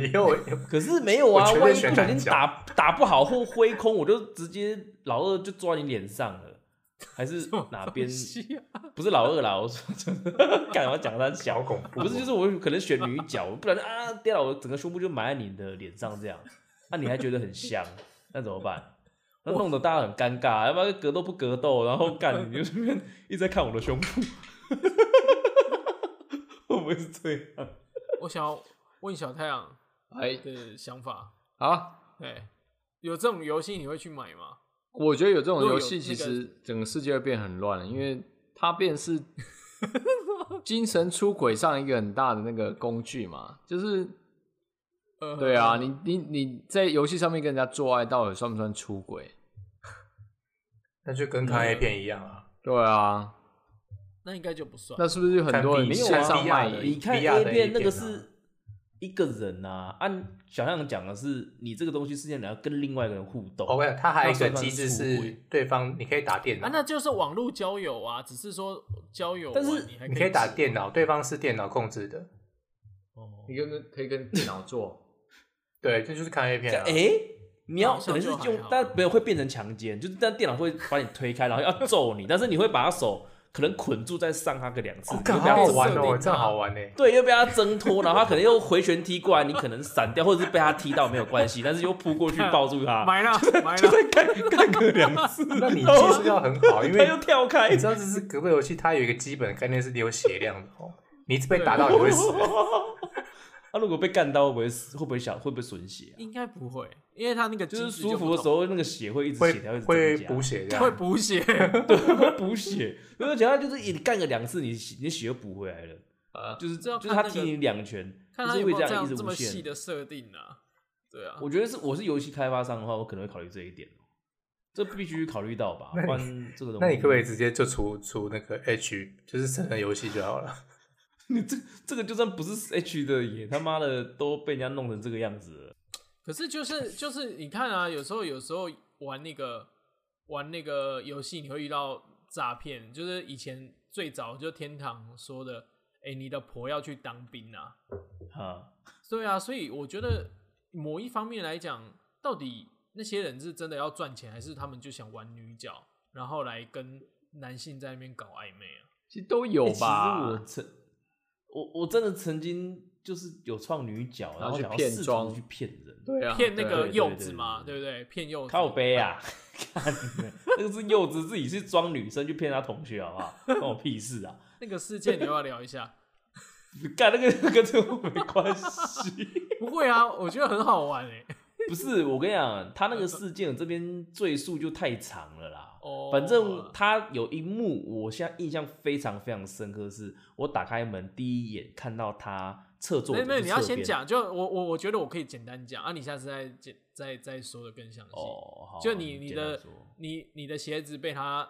Speaker 4: 以后
Speaker 2: 可是没有啊，
Speaker 4: 我绝对
Speaker 2: 万一
Speaker 4: 选
Speaker 2: 不
Speaker 4: 男
Speaker 2: 小心
Speaker 4: 角
Speaker 2: 打打不好或挥空，我就直接老二就抓你脸上了，还是哪边
Speaker 3: 东？西啊
Speaker 2: 不是老二啦， 我说真的，干嘛讲他
Speaker 4: 好
Speaker 2: 小
Speaker 4: 恐怖哦、
Speaker 2: 不是，就是我可能选女角，不然啊，跌倒我整个胸部就埋在你的脸上这样，那、你还觉得很香， 那怎么办？那弄得大家很尴尬，要不然格斗不格斗，然后 干你就这边一直在看我的胸部， 会不会是这样？
Speaker 3: 我想要问小太阳
Speaker 1: 哎，
Speaker 3: 的想法，
Speaker 1: 好，
Speaker 3: 对，有这种游戏你会去买吗？
Speaker 1: 我觉得有这种
Speaker 3: 如
Speaker 1: 游
Speaker 3: 果有
Speaker 1: 戏，
Speaker 3: 那
Speaker 1: 其
Speaker 3: 个
Speaker 1: 实整个世界会变很乱，因为它便是精神出轨上一个很大的那个工具嘛，就是
Speaker 3: 呃，
Speaker 1: 对啊，你你你在游戏上面跟人家做爱，到底算不算出轨？
Speaker 4: 那就跟
Speaker 2: 嗯
Speaker 4: 看 A 片一样啊。
Speaker 1: 对啊，
Speaker 3: 那应该就不算。
Speaker 1: 那是不是有很多人
Speaker 4: 看比
Speaker 1: 线上
Speaker 4: 没有啊
Speaker 1: 卖
Speaker 4: 比亚的
Speaker 1: 淫
Speaker 2: 你看
Speaker 4: VR 的
Speaker 2: A 片
Speaker 4: A 片
Speaker 2: 那个
Speaker 4: 啊
Speaker 2: 是一个人啊，按小象讲的是，你这个东西是你要跟另外一个人互动。
Speaker 4: OK，它还有一个
Speaker 2: 那算不算
Speaker 4: 机制
Speaker 2: 出
Speaker 4: 是
Speaker 2: 轨
Speaker 4: 对方你可以打电脑，
Speaker 3: 啊，那就是网络交友啊，只是说交友完，
Speaker 2: 但是
Speaker 3: 你还
Speaker 4: 你可以打
Speaker 3: 指
Speaker 4: 电脑，对方是电脑控制的。
Speaker 3: 哦
Speaker 1: 你跟可以跟电脑做，
Speaker 4: 对，这就是看 A 片啊。
Speaker 2: 哎、你要
Speaker 3: 好
Speaker 2: 可
Speaker 3: 像
Speaker 2: 能是
Speaker 3: 就还
Speaker 2: 用
Speaker 3: 好，啊
Speaker 2: 但没有会变成强奸，就是但电脑会把你推开，然后要揍你，但是你会把他手可能捆住再上他个两次，
Speaker 4: 哦
Speaker 2: 你
Speaker 4: 干
Speaker 2: 会被
Speaker 4: 好
Speaker 2: 他
Speaker 4: 好
Speaker 2: 挣
Speaker 4: 玩
Speaker 2: 脱
Speaker 4: 哦，这样好玩呢。
Speaker 2: 对，又被他挣脱，然后他可能又回旋踢过来，你可能闪掉，或者是被他踢到没有关系，但是又扑过去抱住他，
Speaker 3: 买了买
Speaker 2: 啊就
Speaker 3: 了，
Speaker 2: 再干干个两次，
Speaker 4: 那你技术要很好，因
Speaker 2: 他又
Speaker 4: 为
Speaker 2: 跳开
Speaker 4: 你，知道这是格斗游戏，它有一个基本概念是你有血量的哦。你一直被打到你会死的，
Speaker 2: 他、啊如果被干到会不会死会不会小会不会损血啊、
Speaker 3: 应该不会，因为他那个
Speaker 2: 就是
Speaker 3: 机制
Speaker 2: 舒服的时
Speaker 3: 不
Speaker 2: 候，那个血会一直
Speaker 4: 会
Speaker 2: 血条一直
Speaker 4: 会
Speaker 2: 增加
Speaker 4: 补血这
Speaker 3: 同会
Speaker 4: 样。
Speaker 3: 补血，
Speaker 2: 会补血，而且他就是你干个两次，你血你血又补回来了，
Speaker 1: 呃，
Speaker 2: 就是
Speaker 3: 这要
Speaker 2: 就是
Speaker 3: 看
Speaker 2: 他
Speaker 3: 那
Speaker 2: 踢
Speaker 3: 个
Speaker 2: 你两拳，
Speaker 3: 看
Speaker 2: 就
Speaker 3: 他
Speaker 2: 是
Speaker 3: 有
Speaker 2: 会
Speaker 3: 没有这
Speaker 2: 样一直
Speaker 3: 这
Speaker 2: 无
Speaker 3: 么细
Speaker 2: 限。
Speaker 3: 的设定啊。对啊，
Speaker 2: 我觉得是我是游戏开发商的话，我可能会考虑这一点哦，这必须考虑到吧，
Speaker 4: 那你
Speaker 2: 不然这个东西。
Speaker 4: 那你可不可以直接就出出那个 H，就是成人游戏就好了？
Speaker 2: 你这这个就算不是 H 的，也他妈的都被人家弄成这个样子了。
Speaker 3: 可是就是就是你看啊，有时候有时候玩那个玩那个游戏，你会遇到诈骗，就是以前最早就天堂说的，哎、你的婆要去当兵啊，
Speaker 2: 哈，
Speaker 3: 对啊，所以我觉得某一方面来讲，到底那些人是真的要赚钱，还是他们就想玩女角，然后来跟男性在那边搞暧昧啊？
Speaker 1: 其实都有
Speaker 2: 欸
Speaker 1: 吧。
Speaker 2: 其实我曾我我真的曾经就是有创女角，
Speaker 1: 然后
Speaker 2: 然后
Speaker 1: 去
Speaker 2: 想要
Speaker 1: 骗
Speaker 2: 试图
Speaker 1: 装
Speaker 2: 去骗人，
Speaker 1: 对啊，
Speaker 3: 骗那个
Speaker 1: 对
Speaker 3: 柚子嘛，
Speaker 2: 对
Speaker 3: 对不对？骗柚子，
Speaker 2: 靠背啊，看 那个是柚子自己去装女生去骗他同学，好不好？关我屁事啊！
Speaker 3: 那个事件，你要不要聊一下？
Speaker 2: 干那个那个跟我没关系。
Speaker 3: 不会啊，我觉得很好玩哎、
Speaker 2: 不是，我跟你讲，他那个事件我这边赘述就太长了啦。
Speaker 3: 哦，
Speaker 2: 反正他有一幕，我现在印象非常非常深刻是，我打开门第一眼看到他侧坐。
Speaker 3: 没有没有，你要
Speaker 2: 就是侧
Speaker 3: 先
Speaker 2: 边。
Speaker 3: 讲，就我我我觉得我可以简单讲啊，你下次再简再再说的更详细。
Speaker 2: 哦，好
Speaker 3: 就你你
Speaker 2: 简单
Speaker 3: 的
Speaker 2: 说
Speaker 3: 你你的鞋子被他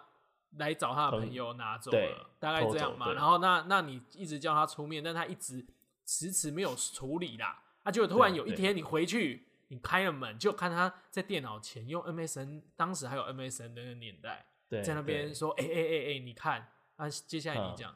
Speaker 3: 来找他的朋友拿走
Speaker 2: 对
Speaker 3: 了，大概这
Speaker 2: 偷
Speaker 3: 样
Speaker 2: 走
Speaker 3: 嘛。
Speaker 2: 对
Speaker 3: 然后那那你一直叫他出面，但他一直迟迟没有处理啦。啊，结果突然
Speaker 2: 对
Speaker 3: 有一天你回去，你开了门，就看他在电脑前用 MSN，当时还有 MSN 的那个年代，
Speaker 2: 对
Speaker 3: 在那边
Speaker 2: 对
Speaker 3: 说：“哎哎哎哎，你看。”啊，接下来你讲，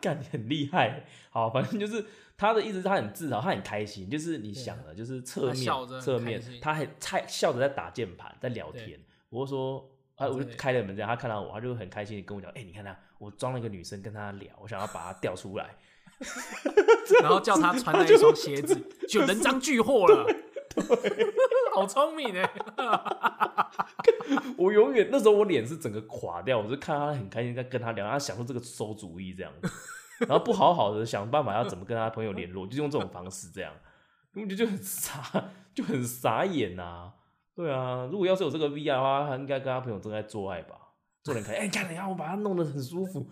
Speaker 2: 干你很厉害。好，反正就是他的意思，他很自豪，他很开心。就是你想的，就是侧
Speaker 3: 啊他笑着
Speaker 2: 面
Speaker 3: 很
Speaker 2: 侧
Speaker 3: 开
Speaker 2: 面
Speaker 3: 心，
Speaker 2: 他还菜笑着在打键盘，在聊天
Speaker 3: 对。
Speaker 2: 我就说。啊！
Speaker 3: 哦
Speaker 2: 我就
Speaker 3: 对
Speaker 2: 开了门，这样他看到我，他就很开心的跟我讲：“哎、你看他，我装了一个女生跟他聊，我想要把她调出来。
Speaker 3: 然后叫他穿那一双鞋 子，就人赃俱获了。 好聪 明哎！
Speaker 2: 我永远那时候我脸是整个垮掉，我就看他很开心在跟他聊，他享受这个馊主意这样子，然后不好好的想办法要怎么跟他朋友联络，就是用这种方式这样，我觉得就很傻，就很傻眼呐、对啊，如果要是有这个 VR 的话，他应该跟他朋友正在做爱吧，做得很开心，哎、你看你看我把他弄得很舒服，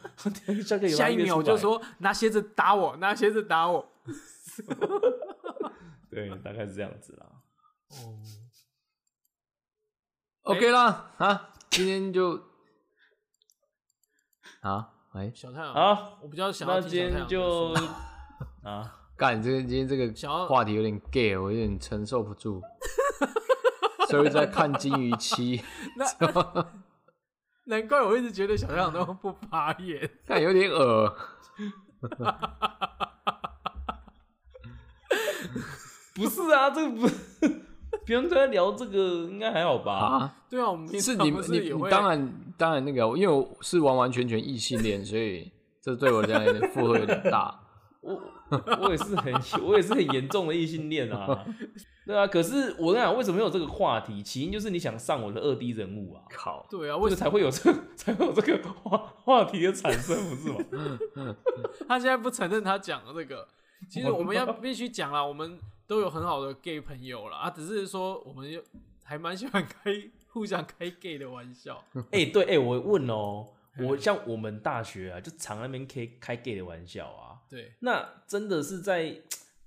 Speaker 2: 下个礼拜
Speaker 3: 下一
Speaker 2: 约
Speaker 3: 秒
Speaker 2: 出
Speaker 3: 我就
Speaker 2: 来
Speaker 3: 说拿鞋子打我，拿鞋子打我。
Speaker 2: 对，大概是这样子啦。
Speaker 3: 哦，哎
Speaker 1: OK 啦啊，今天就啊，哎，
Speaker 3: 小太阳
Speaker 2: 好，
Speaker 3: 我比较想要
Speaker 2: 那
Speaker 3: 听
Speaker 2: 今
Speaker 3: 小太
Speaker 2: 天
Speaker 3: 阳
Speaker 2: 就
Speaker 3: 的说
Speaker 2: 啊，
Speaker 1: 干，这个今天这
Speaker 3: 想要
Speaker 1: 个话题有点 gay，我有点承受不住，所以在看金鱼期，
Speaker 3: 难怪我一直觉得小太阳都不发言。
Speaker 1: 看有点恶。
Speaker 2: 不是 啊，这个不，平常都在聊这个应该还好吧？
Speaker 1: 啊，
Speaker 3: 对啊，我们平
Speaker 1: 是
Speaker 3: 常
Speaker 1: 你
Speaker 3: 不
Speaker 1: 们你
Speaker 3: 也
Speaker 1: 你
Speaker 3: 会
Speaker 1: 当然当然那个，因为我是完完全全异性恋，所以这对我来讲有点负荷有点大。
Speaker 2: 我我也是很 我也是很严重的异性恋啊， 对啊。可是我跟你讲，为什么会有这个话题？起因就是你想上我的二 D 人物啊，
Speaker 1: 靠，
Speaker 3: 对啊，
Speaker 2: 为
Speaker 3: 为
Speaker 2: 什
Speaker 3: 什
Speaker 2: 才会有这个才会有这个话话题的产生，不 是吗？
Speaker 3: 么他现在不承认他讲的这个？其实我们要必须讲啦，我们都有很好的 gay 朋友啦，啊，只是说我们又还蛮喜欢开互相开 gay 的玩笑。
Speaker 2: 哎、对，哎、我问哦、我像我们大学啊，就常那边开开 gay 的玩笑啊，
Speaker 3: 对，
Speaker 2: 那真的是在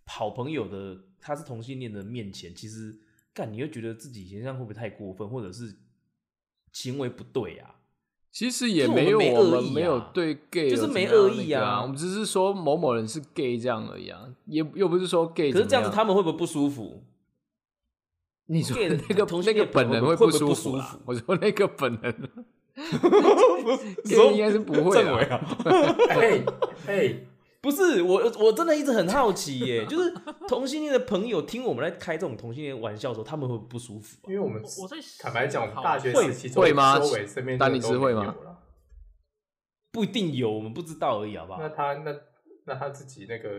Speaker 2: 好朋友的他是同性恋的面前，其实干你会觉得自己形象会不会太过分，或者是行为不对啊？
Speaker 1: 其实也
Speaker 2: 就我
Speaker 1: 没有，
Speaker 2: 们没
Speaker 1: 我
Speaker 2: 恶
Speaker 1: 们
Speaker 2: 意
Speaker 1: 没有
Speaker 2: 啊
Speaker 1: 对 gay 有
Speaker 2: 就是
Speaker 1: 怎
Speaker 2: 没
Speaker 1: 么样
Speaker 2: 恶
Speaker 1: 那
Speaker 2: 意
Speaker 1: 个啊，
Speaker 2: 啊
Speaker 1: 我们只是说某某人是 gay 这样而已啊，也又不是说 gay 怎
Speaker 2: 可是
Speaker 1: 么样。
Speaker 2: 这样子他们会不会不舒服？
Speaker 1: 你说
Speaker 2: gay 的
Speaker 1: 那个
Speaker 2: 同
Speaker 1: 那
Speaker 2: 性
Speaker 1: 个
Speaker 2: 恋
Speaker 1: 本人
Speaker 2: 会
Speaker 1: 不
Speaker 2: 不会不
Speaker 1: 服
Speaker 2: 舒
Speaker 1: 啦
Speaker 2: 服？啊
Speaker 1: 我说那个本人
Speaker 2: 你说
Speaker 1: 应该是不会啊
Speaker 2: 政委啊，
Speaker 4: 哎哎，
Speaker 2: 不是我，我真的一直很好奇耶， 就是同性恋的朋友听我们在开这种同性恋玩笑的时候，他们会不会不舒服啊
Speaker 4: 因？为我们
Speaker 3: 我在
Speaker 4: 坦白讲，我们
Speaker 3: 好
Speaker 4: 大学
Speaker 2: 会
Speaker 4: 时期
Speaker 1: 会吗
Speaker 4: 周围身边
Speaker 1: 丹尼斯
Speaker 4: 真的都
Speaker 1: 会
Speaker 4: 没
Speaker 1: 吗
Speaker 4: 有啦
Speaker 2: 不一定有，我们不知道而已，好不好
Speaker 4: 那？他那那他自己那个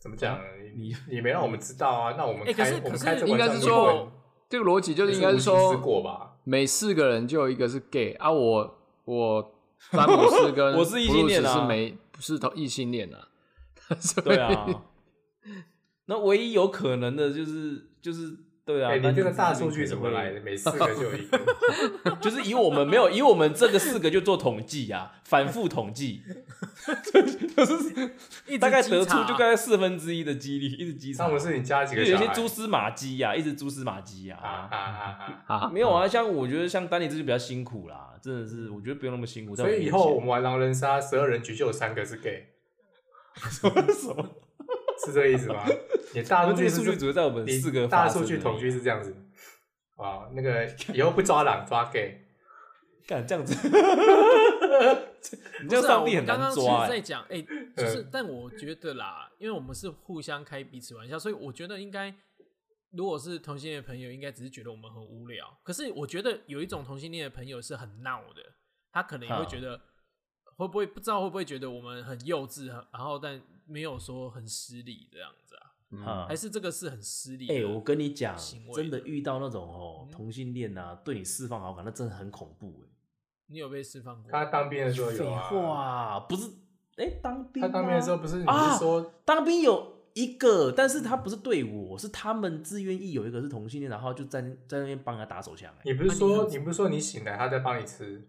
Speaker 4: 怎么讲？
Speaker 2: 你
Speaker 4: 你没让我们知道啊？那我们
Speaker 3: 哎可
Speaker 4: 开
Speaker 3: 是
Speaker 4: 我
Speaker 3: 可
Speaker 4: 们
Speaker 3: 是
Speaker 4: 开这
Speaker 1: 应
Speaker 4: 玩
Speaker 1: 该
Speaker 4: 笑
Speaker 1: 是
Speaker 4: 你会
Speaker 1: 说这个逻辑就
Speaker 4: 你
Speaker 1: 是
Speaker 4: 是
Speaker 1: 应该
Speaker 4: 无
Speaker 1: 是
Speaker 4: 心之
Speaker 1: 说
Speaker 4: 过吧？
Speaker 1: 每四个人就有一个是 gay 啊我，我詹姆斯跟
Speaker 2: 我是异性恋啊
Speaker 1: Bruce 是没不是同异性恋啊，
Speaker 2: 对啊，那唯一有可能的就是就是对啊，
Speaker 4: 哎，
Speaker 2: 那
Speaker 4: 你这
Speaker 2: 就
Speaker 4: 个大
Speaker 2: 指
Speaker 4: 数
Speaker 2: 定
Speaker 4: 据
Speaker 2: 可
Speaker 4: 怎
Speaker 2: 能
Speaker 4: 么
Speaker 2: 会
Speaker 4: 来的？每四个就有一个，
Speaker 2: 就是以我们没有 以我们这个四个就做统计啊，反复统计，就是
Speaker 3: 一直
Speaker 2: 大概
Speaker 3: 稽
Speaker 2: 得出
Speaker 3: 查
Speaker 2: 就大概四分之一的几率，一直稽查
Speaker 4: 詹。姆斯，你加几
Speaker 2: 就
Speaker 4: 个
Speaker 2: 有
Speaker 4: 小
Speaker 2: 一些
Speaker 4: 孩？
Speaker 2: 蛛丝马迹呀、啊，一直蛛丝马迹呀、
Speaker 4: 啊啊啊啊！
Speaker 1: 啊，
Speaker 2: 没有啊，像我觉得像丹尼这就比较辛苦啦，真的是我觉得不用那么辛苦。在
Speaker 4: 所
Speaker 2: 我
Speaker 4: 以
Speaker 2: 面
Speaker 4: 以后
Speaker 2: 前
Speaker 4: 我们玩狼人杀十二人局就有三个是 gay，
Speaker 2: 什 么？
Speaker 4: 是这个意思 吗？你大
Speaker 2: 我
Speaker 4: 数
Speaker 2: 们这
Speaker 4: 据
Speaker 2: 个
Speaker 4: 是
Speaker 2: 数据只会在我们
Speaker 4: 你
Speaker 2: 四个
Speaker 4: 大
Speaker 2: 发
Speaker 4: 数
Speaker 2: 生
Speaker 4: 据
Speaker 2: 而已
Speaker 4: 统计是这样子。啊，那个以后不抓狼抓 gay，
Speaker 2: 干这样子，你
Speaker 3: 不
Speaker 2: 这样
Speaker 3: 是啊，
Speaker 2: 上
Speaker 3: 我
Speaker 2: 帝很
Speaker 3: 们刚
Speaker 2: 难
Speaker 3: 刚其
Speaker 2: 抓、
Speaker 3: 实在
Speaker 2: 欸。
Speaker 3: 讲，哎、就是，但我觉得啦，因为我们是互相开彼此玩笑，所以我觉得应该，如果是同性恋的朋友，应该只是觉得我们很无聊。可是我觉得有一种同性恋的朋友是很闹的，他可能也会
Speaker 2: 哈
Speaker 3: 觉得，会不会不知道会不会觉得我们很幼稚，很然后但没有说很失礼这样子啊？
Speaker 2: 啊
Speaker 3: 还是这个是很失礼的？
Speaker 2: 哎、我跟你讲
Speaker 3: 行，为嗯
Speaker 2: 真的遇到那种哦、同性恋啊，对你释放好感，那真的很恐怖
Speaker 3: 你有被释放过？
Speaker 4: 他当兵
Speaker 2: 哎、
Speaker 4: 的时候
Speaker 2: 废
Speaker 4: 有啊，
Speaker 2: 话，不是？哎、当兵、
Speaker 4: 他
Speaker 2: 啊，
Speaker 4: 当兵的时候不是你
Speaker 2: 啊
Speaker 4: 是说
Speaker 2: 当兵有一个，但是他不是对我，是他们自愿意有一个是同性恋，然后就在在那边帮他打手枪、哎，
Speaker 4: 你不是说你不是说你醒来他在帮你吃？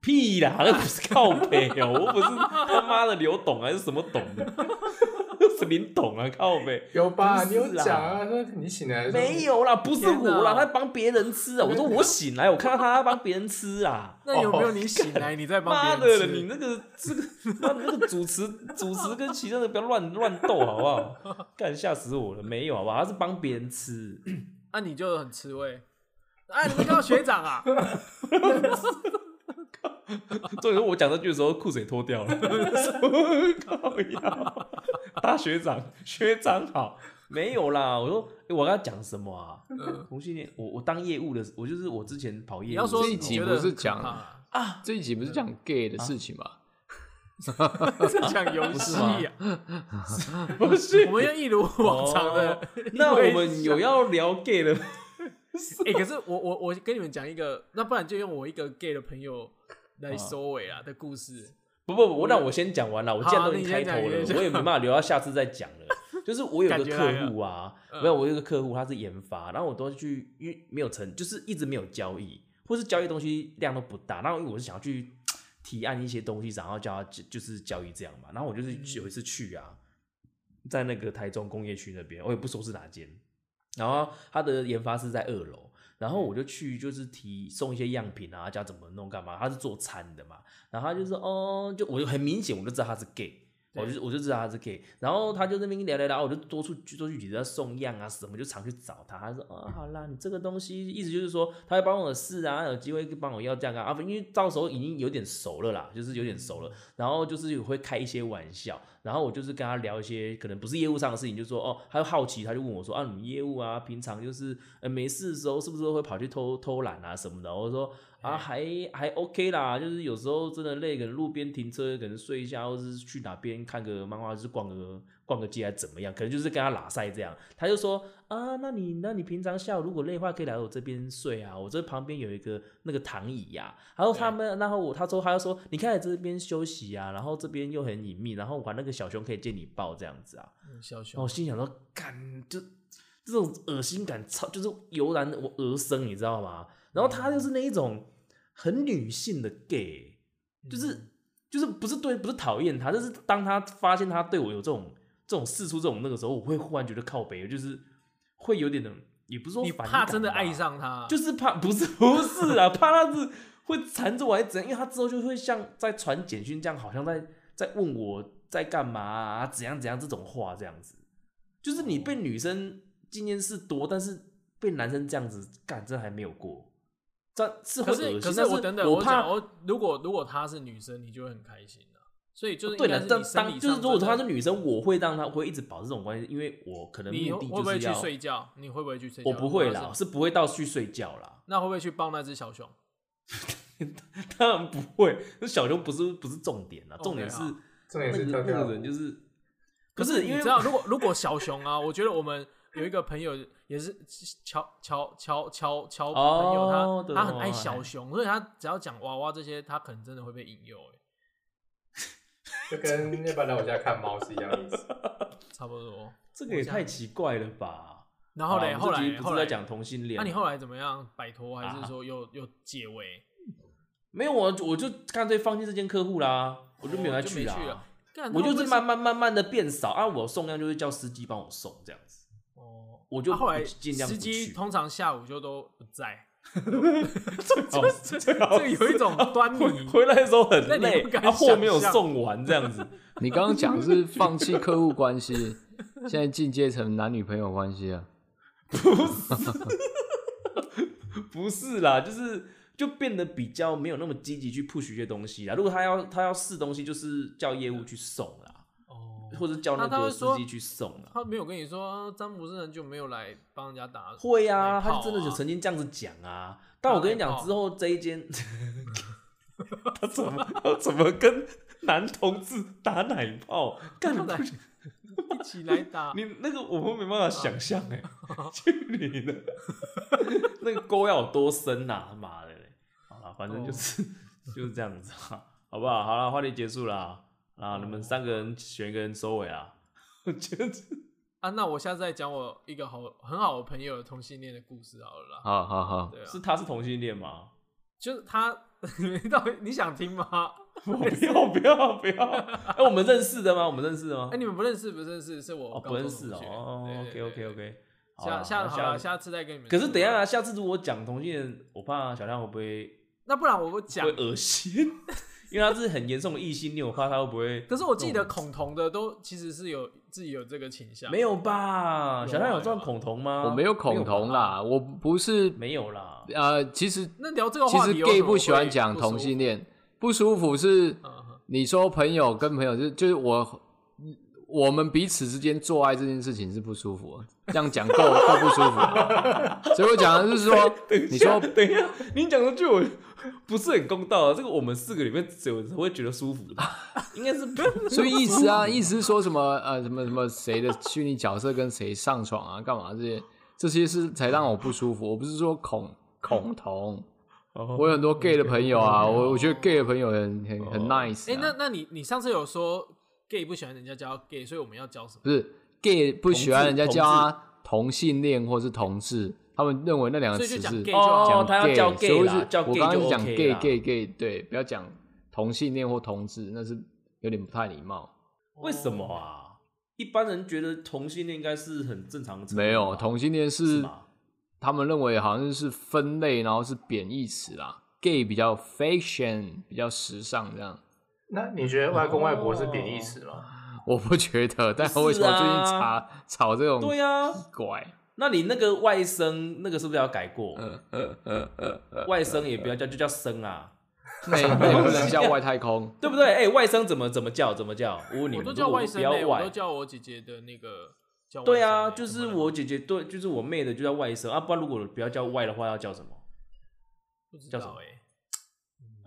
Speaker 2: 屁啦，那不是靠北哦、我不是他妈的刘董还是什么董的， 是林董啊，靠北。
Speaker 4: 有吧？
Speaker 2: 不
Speaker 4: 你
Speaker 2: 是啦
Speaker 4: 有讲啊，说你醒来的时候
Speaker 2: 没有啦，不是
Speaker 3: 天哪
Speaker 2: 我啦，他帮别人吃啊！我说我醒来，我看到他在帮别人吃啊！
Speaker 3: 那有没有你醒来你在
Speaker 2: 妈
Speaker 3: 帮
Speaker 2: 的
Speaker 3: 别人
Speaker 2: 了，
Speaker 3: 吃？
Speaker 2: 你那个这个，妈的那个主持主持跟其他的不要乱乱斗好不好？干吓死我了！没有好不好？他是帮别人吃，
Speaker 3: 那、啊你就很吃味。啊，你们叫学长啊？
Speaker 2: 重点是我讲这句的时候裤子也脱掉了， 靠呀！大学长，学长好，没有啦。我说，诶我跟他讲什么啊？同性恋，我我当业务的，我就是我之前跑业务
Speaker 3: 嗯你
Speaker 2: 的时候，
Speaker 3: 要说
Speaker 1: 这一
Speaker 3: 你
Speaker 1: 集
Speaker 3: 觉
Speaker 1: 不
Speaker 3: 得
Speaker 1: 是
Speaker 3: 很可
Speaker 1: 讲
Speaker 3: 怕啊
Speaker 1: 这一集不是
Speaker 2: 嗯
Speaker 1: 讲 gay
Speaker 2: 啊
Speaker 1: 的事情吧？
Speaker 3: 在讲游戏啊，
Speaker 2: 不是
Speaker 3: 我们要一如往常的。
Speaker 2: 哦那我们有要聊 gay 的吗，
Speaker 3: 哎、可是我我我跟你们讲一个，那不然就用我一个 gay 的朋友来收尾啊的故事。
Speaker 2: 不不，不我让我先讲完了。我既然
Speaker 3: 好啊
Speaker 2: 都已经
Speaker 3: 你
Speaker 2: 开
Speaker 3: 先
Speaker 2: 头
Speaker 3: 讲
Speaker 2: 了，
Speaker 3: 你先讲
Speaker 2: 我也没办法留到下次再讲了。就是我有个
Speaker 3: 感觉来
Speaker 2: 客
Speaker 3: 了
Speaker 2: 户啊，没有，我有个客户他是研发，然后我都去，因为没有成，就是一直没有交易，或是交易东西量都不大。然后因为我是想要去提案一些东西，然后叫他就就是交易这样嘛。然后我就是有一次去啊，在那个台中工业区那边，我也不说是哪间，然后他的研发是在二楼，然后我就去就是提送一些样品啊，叫怎么弄干嘛，他是做餐的嘛，然后他就说哦，就我就很明显我就知道他是 gay。我就我就知道他是 gay，然后他就那边聊聊啊聊，我就多出去多去几次要送样啊什么，就常去找他。他说哦，好啦，你这个东西意思就是说他会帮我试啊，有机会帮我要这样啊，啊因为到时候已经有点熟了啦，就是有点熟了，然后就是有会开一些玩笑，然后我就是跟他聊一些可能不是业务上的事情，就说哦，他就好奇，他就问我说啊，你业务啊，平常就是呃没事的时候是不是会跑去偷偷懒啊什么的？我说啊，还还 OK 啦，就是有时候真的累，可能路边停车，可能睡一下，或是去哪边看个漫画，就是逛个逛个街，还是怎么样？可能就是跟他拉塞这样。他就说啊，那你那你平常下午如果累的话，可以来我这边睡啊，我这旁边有一个那个躺椅呀、然后他们，然后我他说他就说你可以来这边休息啊，然后这边又很隐秘，然后玩那个小熊可以借你抱这样子啊。
Speaker 3: 嗯小
Speaker 2: 然后
Speaker 3: 熊
Speaker 2: 我，心想说，干就这种恶心感超就是油然我而生，你知道吗？然后她就是那一种很女性的 gay，就是
Speaker 3: 嗯
Speaker 2: 就是不是对不是讨厌她，但是当她发现她对我有这种这种试出这种那个时候，我会忽然觉得靠北，就是会有点的，也不是说
Speaker 3: 你
Speaker 2: 反
Speaker 3: 怕
Speaker 2: 感
Speaker 3: 真的
Speaker 2: 吧
Speaker 3: 爱上他，
Speaker 2: 就是怕不是不是啊，怕他是会缠着我还是怎样？因为他之后就会像在传简讯这样，好像在在问我在干嘛啊，怎样怎样这种话这样子。就是你被女生今天是多，但是被男生这样子干，真的还没有过。这是会
Speaker 3: 可
Speaker 2: 恶心
Speaker 3: 是，可
Speaker 2: 但
Speaker 3: 是
Speaker 2: 是
Speaker 3: 我等等，
Speaker 2: 我
Speaker 3: 我
Speaker 2: 怕
Speaker 3: 讲，我如果如果她是女生，你就会很开心啊。所以就是
Speaker 2: 哦对
Speaker 3: 应该
Speaker 2: 了
Speaker 3: 是，
Speaker 2: 但
Speaker 3: 你生
Speaker 2: 当
Speaker 3: 理
Speaker 2: 就是
Speaker 3: 上
Speaker 2: 如果
Speaker 3: 真
Speaker 2: 她
Speaker 3: 的
Speaker 2: 是女生，我会让她会一直保持这种关系，因为我可能
Speaker 3: 你
Speaker 2: 目
Speaker 3: 会
Speaker 2: 的
Speaker 3: 不
Speaker 2: 就是
Speaker 3: 会去
Speaker 2: 要
Speaker 3: 睡觉？你会不会去睡觉？
Speaker 2: 我不会
Speaker 3: 如
Speaker 2: 啦，
Speaker 3: 果是
Speaker 2: 是不会到去睡觉啦。
Speaker 3: 那会不会去抱那只小熊？
Speaker 2: 当然不会，那小熊不是不是重点啊，
Speaker 3: OK，
Speaker 2: 重点是
Speaker 3: 好
Speaker 2: 那
Speaker 4: 重点
Speaker 2: 个
Speaker 4: 是跳
Speaker 2: 那
Speaker 4: 跳
Speaker 2: 个
Speaker 4: 舞
Speaker 2: 人就是不
Speaker 3: 可
Speaker 2: 是因
Speaker 3: 你
Speaker 2: 为
Speaker 3: 知道，如果如果小熊啊，我觉得我们有一个朋友也是乔乔乔乔乔朋友，他、
Speaker 2: 哦对
Speaker 3: 他很爱
Speaker 2: 哦
Speaker 3: 小熊，所以他只要讲娃娃这些，他可能真的会被引诱、欸，
Speaker 4: 就跟要不要来我家看猫是一样的意思。
Speaker 3: 差不多。
Speaker 2: 这个也太奇怪了吧？
Speaker 3: 然后嘞，
Speaker 2: 好
Speaker 3: 后
Speaker 2: 我们这集
Speaker 3: 来
Speaker 2: 不
Speaker 3: 后
Speaker 2: 是
Speaker 3: 来
Speaker 2: 在，讲同性恋啊吗，
Speaker 3: 那你后来怎么样摆脱，还
Speaker 2: 啊
Speaker 3: 是说又又解围？
Speaker 2: 没有啊我我就干脆放弃这间客户啦，我就没有再
Speaker 3: 哦就没去
Speaker 2: 啦
Speaker 3: 了。干
Speaker 2: 我
Speaker 3: 他会
Speaker 2: 就是
Speaker 3: 不会
Speaker 2: 慢慢慢慢的变少啊，我送量就是叫司机帮我送这样子，
Speaker 3: 哦，
Speaker 2: 我就
Speaker 3: 啊后来
Speaker 2: 不尽量不
Speaker 3: 司机
Speaker 2: 去
Speaker 3: 通常下午就都不 在，
Speaker 2: 哦
Speaker 3: 这
Speaker 2: 最好
Speaker 3: 这有 一种端
Speaker 2: 回
Speaker 3: 倪。
Speaker 2: 回来的时候很
Speaker 3: 那你
Speaker 2: 累
Speaker 3: 不，敢
Speaker 2: 啊货没有
Speaker 3: 想象
Speaker 2: 送完这样子，
Speaker 1: 你刚刚讲是放弃客户关系，现在进阶成男女朋友关系啊。
Speaker 2: 不是啦，就是就变得比较没有那么积极去 push 一些东西啦。如果他要他要试东西，就是叫业务去送啦，
Speaker 3: 哦，
Speaker 2: 或者叫那
Speaker 3: 那他
Speaker 2: 个
Speaker 3: 会
Speaker 2: 司
Speaker 3: 说
Speaker 2: 机去送啊啦。
Speaker 3: 他没有跟你说，啊詹姆斯很久没有来帮人家打，
Speaker 2: 会啊，
Speaker 3: 奶泡
Speaker 2: 他
Speaker 3: 啊
Speaker 2: 真的就曾经这样子讲啊。但我跟你
Speaker 3: 奶
Speaker 2: 讲，
Speaker 3: 泡
Speaker 2: 之后这一间， 他怎么他怎么跟男同志打奶泡？干
Speaker 3: 后来
Speaker 2: 不行
Speaker 3: 一起来打。
Speaker 2: 你那个我们没办法想象哎、去你 的！那个沟要有多深呐、他妈的嘞！好了，反正就是、 就是这样子啊，好不好？好了，话题结束啦啊！你们三个人选一个人收尾啊 啦。我觉得
Speaker 3: 啊，那我下次再讲我一个好很好的朋友的同性恋的故事好了啦。
Speaker 1: 好好好，
Speaker 3: 对啊，
Speaker 2: 是他是同性恋吗？
Speaker 3: 就是他， 你到底你想听吗？
Speaker 2: 我不要不要不 要！哎、我们认识的吗？我们认识的吗
Speaker 3: 哎、？你们不认识，不认识，是我、
Speaker 2: 哦，不认识哦。哦，OK OK OK。好啦
Speaker 3: 下下
Speaker 2: 那
Speaker 3: 好了，下次再跟你们。
Speaker 2: 可是等一下啊，，下次如果讲同性恋，我怕小亮会不会
Speaker 3: 那不然我我讲
Speaker 2: 会。恶心，因为他是很严重的异性恋，我怕他会不会
Speaker 3: 可是我记得恐同的都其实是有自己有这个倾向，
Speaker 2: 没有吧？
Speaker 3: 有啊
Speaker 2: 小亮有算恐同吗？
Speaker 1: 我没有恐同
Speaker 2: 啊吧，
Speaker 1: 啦，我不是
Speaker 2: 没有啦。
Speaker 1: 呃，其实
Speaker 3: 那聊这个
Speaker 1: 其
Speaker 3: 话
Speaker 1: 实
Speaker 3: 题有什么
Speaker 1: gay 不喜欢
Speaker 3: 会
Speaker 1: 讲
Speaker 3: 不舒服
Speaker 1: 同性恋，不舒服是
Speaker 3: 嗯哼
Speaker 1: 你说朋友跟朋友就是就是我我们彼此之间做爱这件事情是不舒服的，这样 讲够够不舒服了。所以我讲的是说，你说
Speaker 2: 等一下，你讲的就我不是很公道啊。这个我们四个里面只有会觉得舒服的，应该是不
Speaker 1: 所以意思啊，意思是说什么呃什么什么谁的虚拟角色跟谁上床啊，干嘛这些这些是才让我不舒服。我不是说恐恐同，我
Speaker 2: 哦
Speaker 1: 有很多 gay 的朋友啊，我我觉得 gay 的朋友很很很 nice、
Speaker 3: 哎、
Speaker 1: 啊。
Speaker 3: 那那你你上次有说 gay 不喜欢人家叫 gay，所以我们要教什么？
Speaker 1: 不是 gay 不喜欢人家叫他同性恋或是同志，他们认为那两个
Speaker 3: 所以
Speaker 1: 词
Speaker 3: 就是讲 gay
Speaker 1: 讲
Speaker 3: 就好。
Speaker 2: 哦他要叫 gay
Speaker 1: 所以我
Speaker 2: 啦
Speaker 1: 是
Speaker 2: 叫
Speaker 1: 我
Speaker 2: gay
Speaker 1: 刚刚
Speaker 2: 就是
Speaker 1: 讲
Speaker 2: OK
Speaker 1: gay
Speaker 2: 啦
Speaker 1: gay gay，对，不要讲同性恋或同志，那是有点不太礼貌。
Speaker 2: 为什么啊？一般人觉得同性恋应该是很正常的程度吧，
Speaker 1: 没有，同性恋
Speaker 2: 是
Speaker 1: 是
Speaker 2: 吗？
Speaker 1: 他们认为好像是分类，然后是贬义词啦。gay 比较 fashion，比较时尚这样。
Speaker 4: 那你觉得外公外婆是贬义词
Speaker 2: 哦
Speaker 4: 吗？
Speaker 1: 我不觉得，但为什么最近
Speaker 2: 是
Speaker 1: 查炒这种
Speaker 2: 啊对啊呀、
Speaker 1: 怪？
Speaker 2: 那你那个外甥那个是不是要改过？
Speaker 1: 呃
Speaker 2: 外甥也不要叫，就叫生啊，
Speaker 1: 那也那也不能叫外太空。
Speaker 2: 对不对？哎、外甥怎么怎么叫？怎么叫？我问你
Speaker 3: 我
Speaker 2: 们，
Speaker 3: 都叫外甥
Speaker 2: 如果
Speaker 3: 嘞、
Speaker 2: 不要
Speaker 3: 我
Speaker 2: 外欸
Speaker 3: 都叫我姐姐的那个叫外甥嘞。欸
Speaker 2: 对啊，就
Speaker 3: 怎
Speaker 2: 是
Speaker 3: 么了
Speaker 2: 我姐姐对，就是我妹的就叫外甥啊，不然如果不要叫外的话，要叫什么？
Speaker 3: 不知
Speaker 2: 叫什
Speaker 3: 道
Speaker 2: 么
Speaker 3: 哎、欸，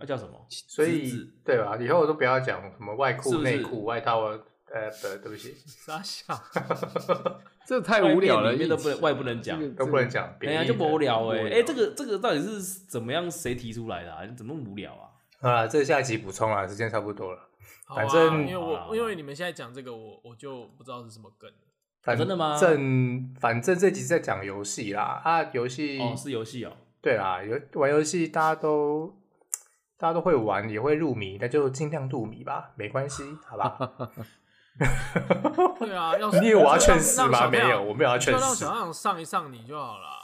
Speaker 2: 要叫什么？
Speaker 4: 所
Speaker 2: 侄子
Speaker 4: 以对吧？以后都不要讲什么外
Speaker 2: 是
Speaker 4: 裤、
Speaker 2: 不是
Speaker 4: 内裤、外套啊。呃，不，对不起，
Speaker 3: 傻笑。
Speaker 1: 这太无聊了，
Speaker 2: 外面里面都不能
Speaker 1: 一起
Speaker 2: 外不能讲
Speaker 1: 这个
Speaker 4: 都不能讲
Speaker 2: 哎
Speaker 4: 贬义
Speaker 2: 呀，
Speaker 4: 的。
Speaker 2: 就无聊哎、
Speaker 1: 啊无聊
Speaker 2: 哎、这个这个到底是怎么样？谁提出来的、啊？怎么那么无聊啊？
Speaker 4: 好啦，这下一集补充啦，时间差不多了。
Speaker 3: 好
Speaker 4: 反
Speaker 3: 啊
Speaker 4: 正
Speaker 3: 因为
Speaker 2: 好
Speaker 3: 我
Speaker 2: 啦
Speaker 3: 因为你们现在讲这个，我我就不知道是什么梗了。
Speaker 4: 反
Speaker 2: 哦真的吗
Speaker 4: 正反正这集在讲游戏啦，啊，游戏、
Speaker 2: 哦，是游戏哦，
Speaker 4: 对啦，游玩游戏大家都大家都会玩，也会入迷，那就尽量入迷吧，没关系，好吧？
Speaker 3: 对啊，要是
Speaker 4: 你以为我要劝世
Speaker 3: 让
Speaker 4: 吗
Speaker 3: 让小
Speaker 4: 没
Speaker 3: 亮
Speaker 4: 有我没有要劝
Speaker 3: 就让
Speaker 4: 世
Speaker 3: 小亮上一上你就好了。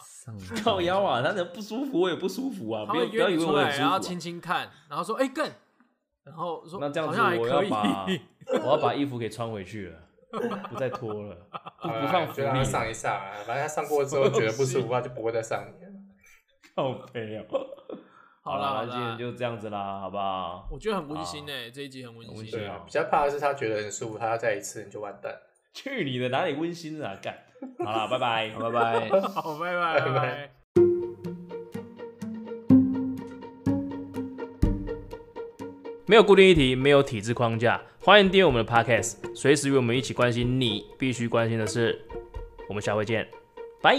Speaker 2: 靠腰啊，他能不舒服，我也不舒服啊，
Speaker 3: 他
Speaker 2: 不要
Speaker 3: 会
Speaker 2: 不
Speaker 3: 约
Speaker 2: 要以
Speaker 3: 你
Speaker 2: 为
Speaker 3: 出
Speaker 2: 我很
Speaker 3: 来，
Speaker 2: 舒
Speaker 3: 然后
Speaker 2: 服、啊
Speaker 3: 亲。亲看，然后说哎更，然后说
Speaker 2: 那这样
Speaker 3: 好
Speaker 2: 子，
Speaker 3: 像还
Speaker 2: 我要
Speaker 3: 可
Speaker 2: 把
Speaker 3: 以。
Speaker 2: 我要把衣服给穿回去了，不再脱 了，不不放福
Speaker 4: 呃
Speaker 2: 利
Speaker 4: 哎就让他
Speaker 2: 了，
Speaker 4: 上一上啊，反正他上过之后觉得不舒 服，他就不会再上你了。
Speaker 2: 靠背哦。
Speaker 3: 好啦
Speaker 2: 啦，
Speaker 3: 好
Speaker 2: 那
Speaker 3: 啦
Speaker 2: 今天就这样子啦，好不好？
Speaker 3: 我觉得很温馨诶，这一集很温
Speaker 2: 温馨
Speaker 4: 对
Speaker 3: 馨。
Speaker 4: 啊，比较怕的是他觉得很舒服，他要再一次你就完蛋了。
Speaker 2: 去你的，哪里温馨啊？干，好啦，拜拜，
Speaker 1: 拜拜。
Speaker 3: 好， 拜拜
Speaker 4: 拜
Speaker 3: 拜
Speaker 4: 拜
Speaker 3: 拜。
Speaker 2: 没有固定议题，没有体制框架，欢迎订阅我们的 Podcast，随时与我们一起关心你必须关心的事。我们下回见，拜。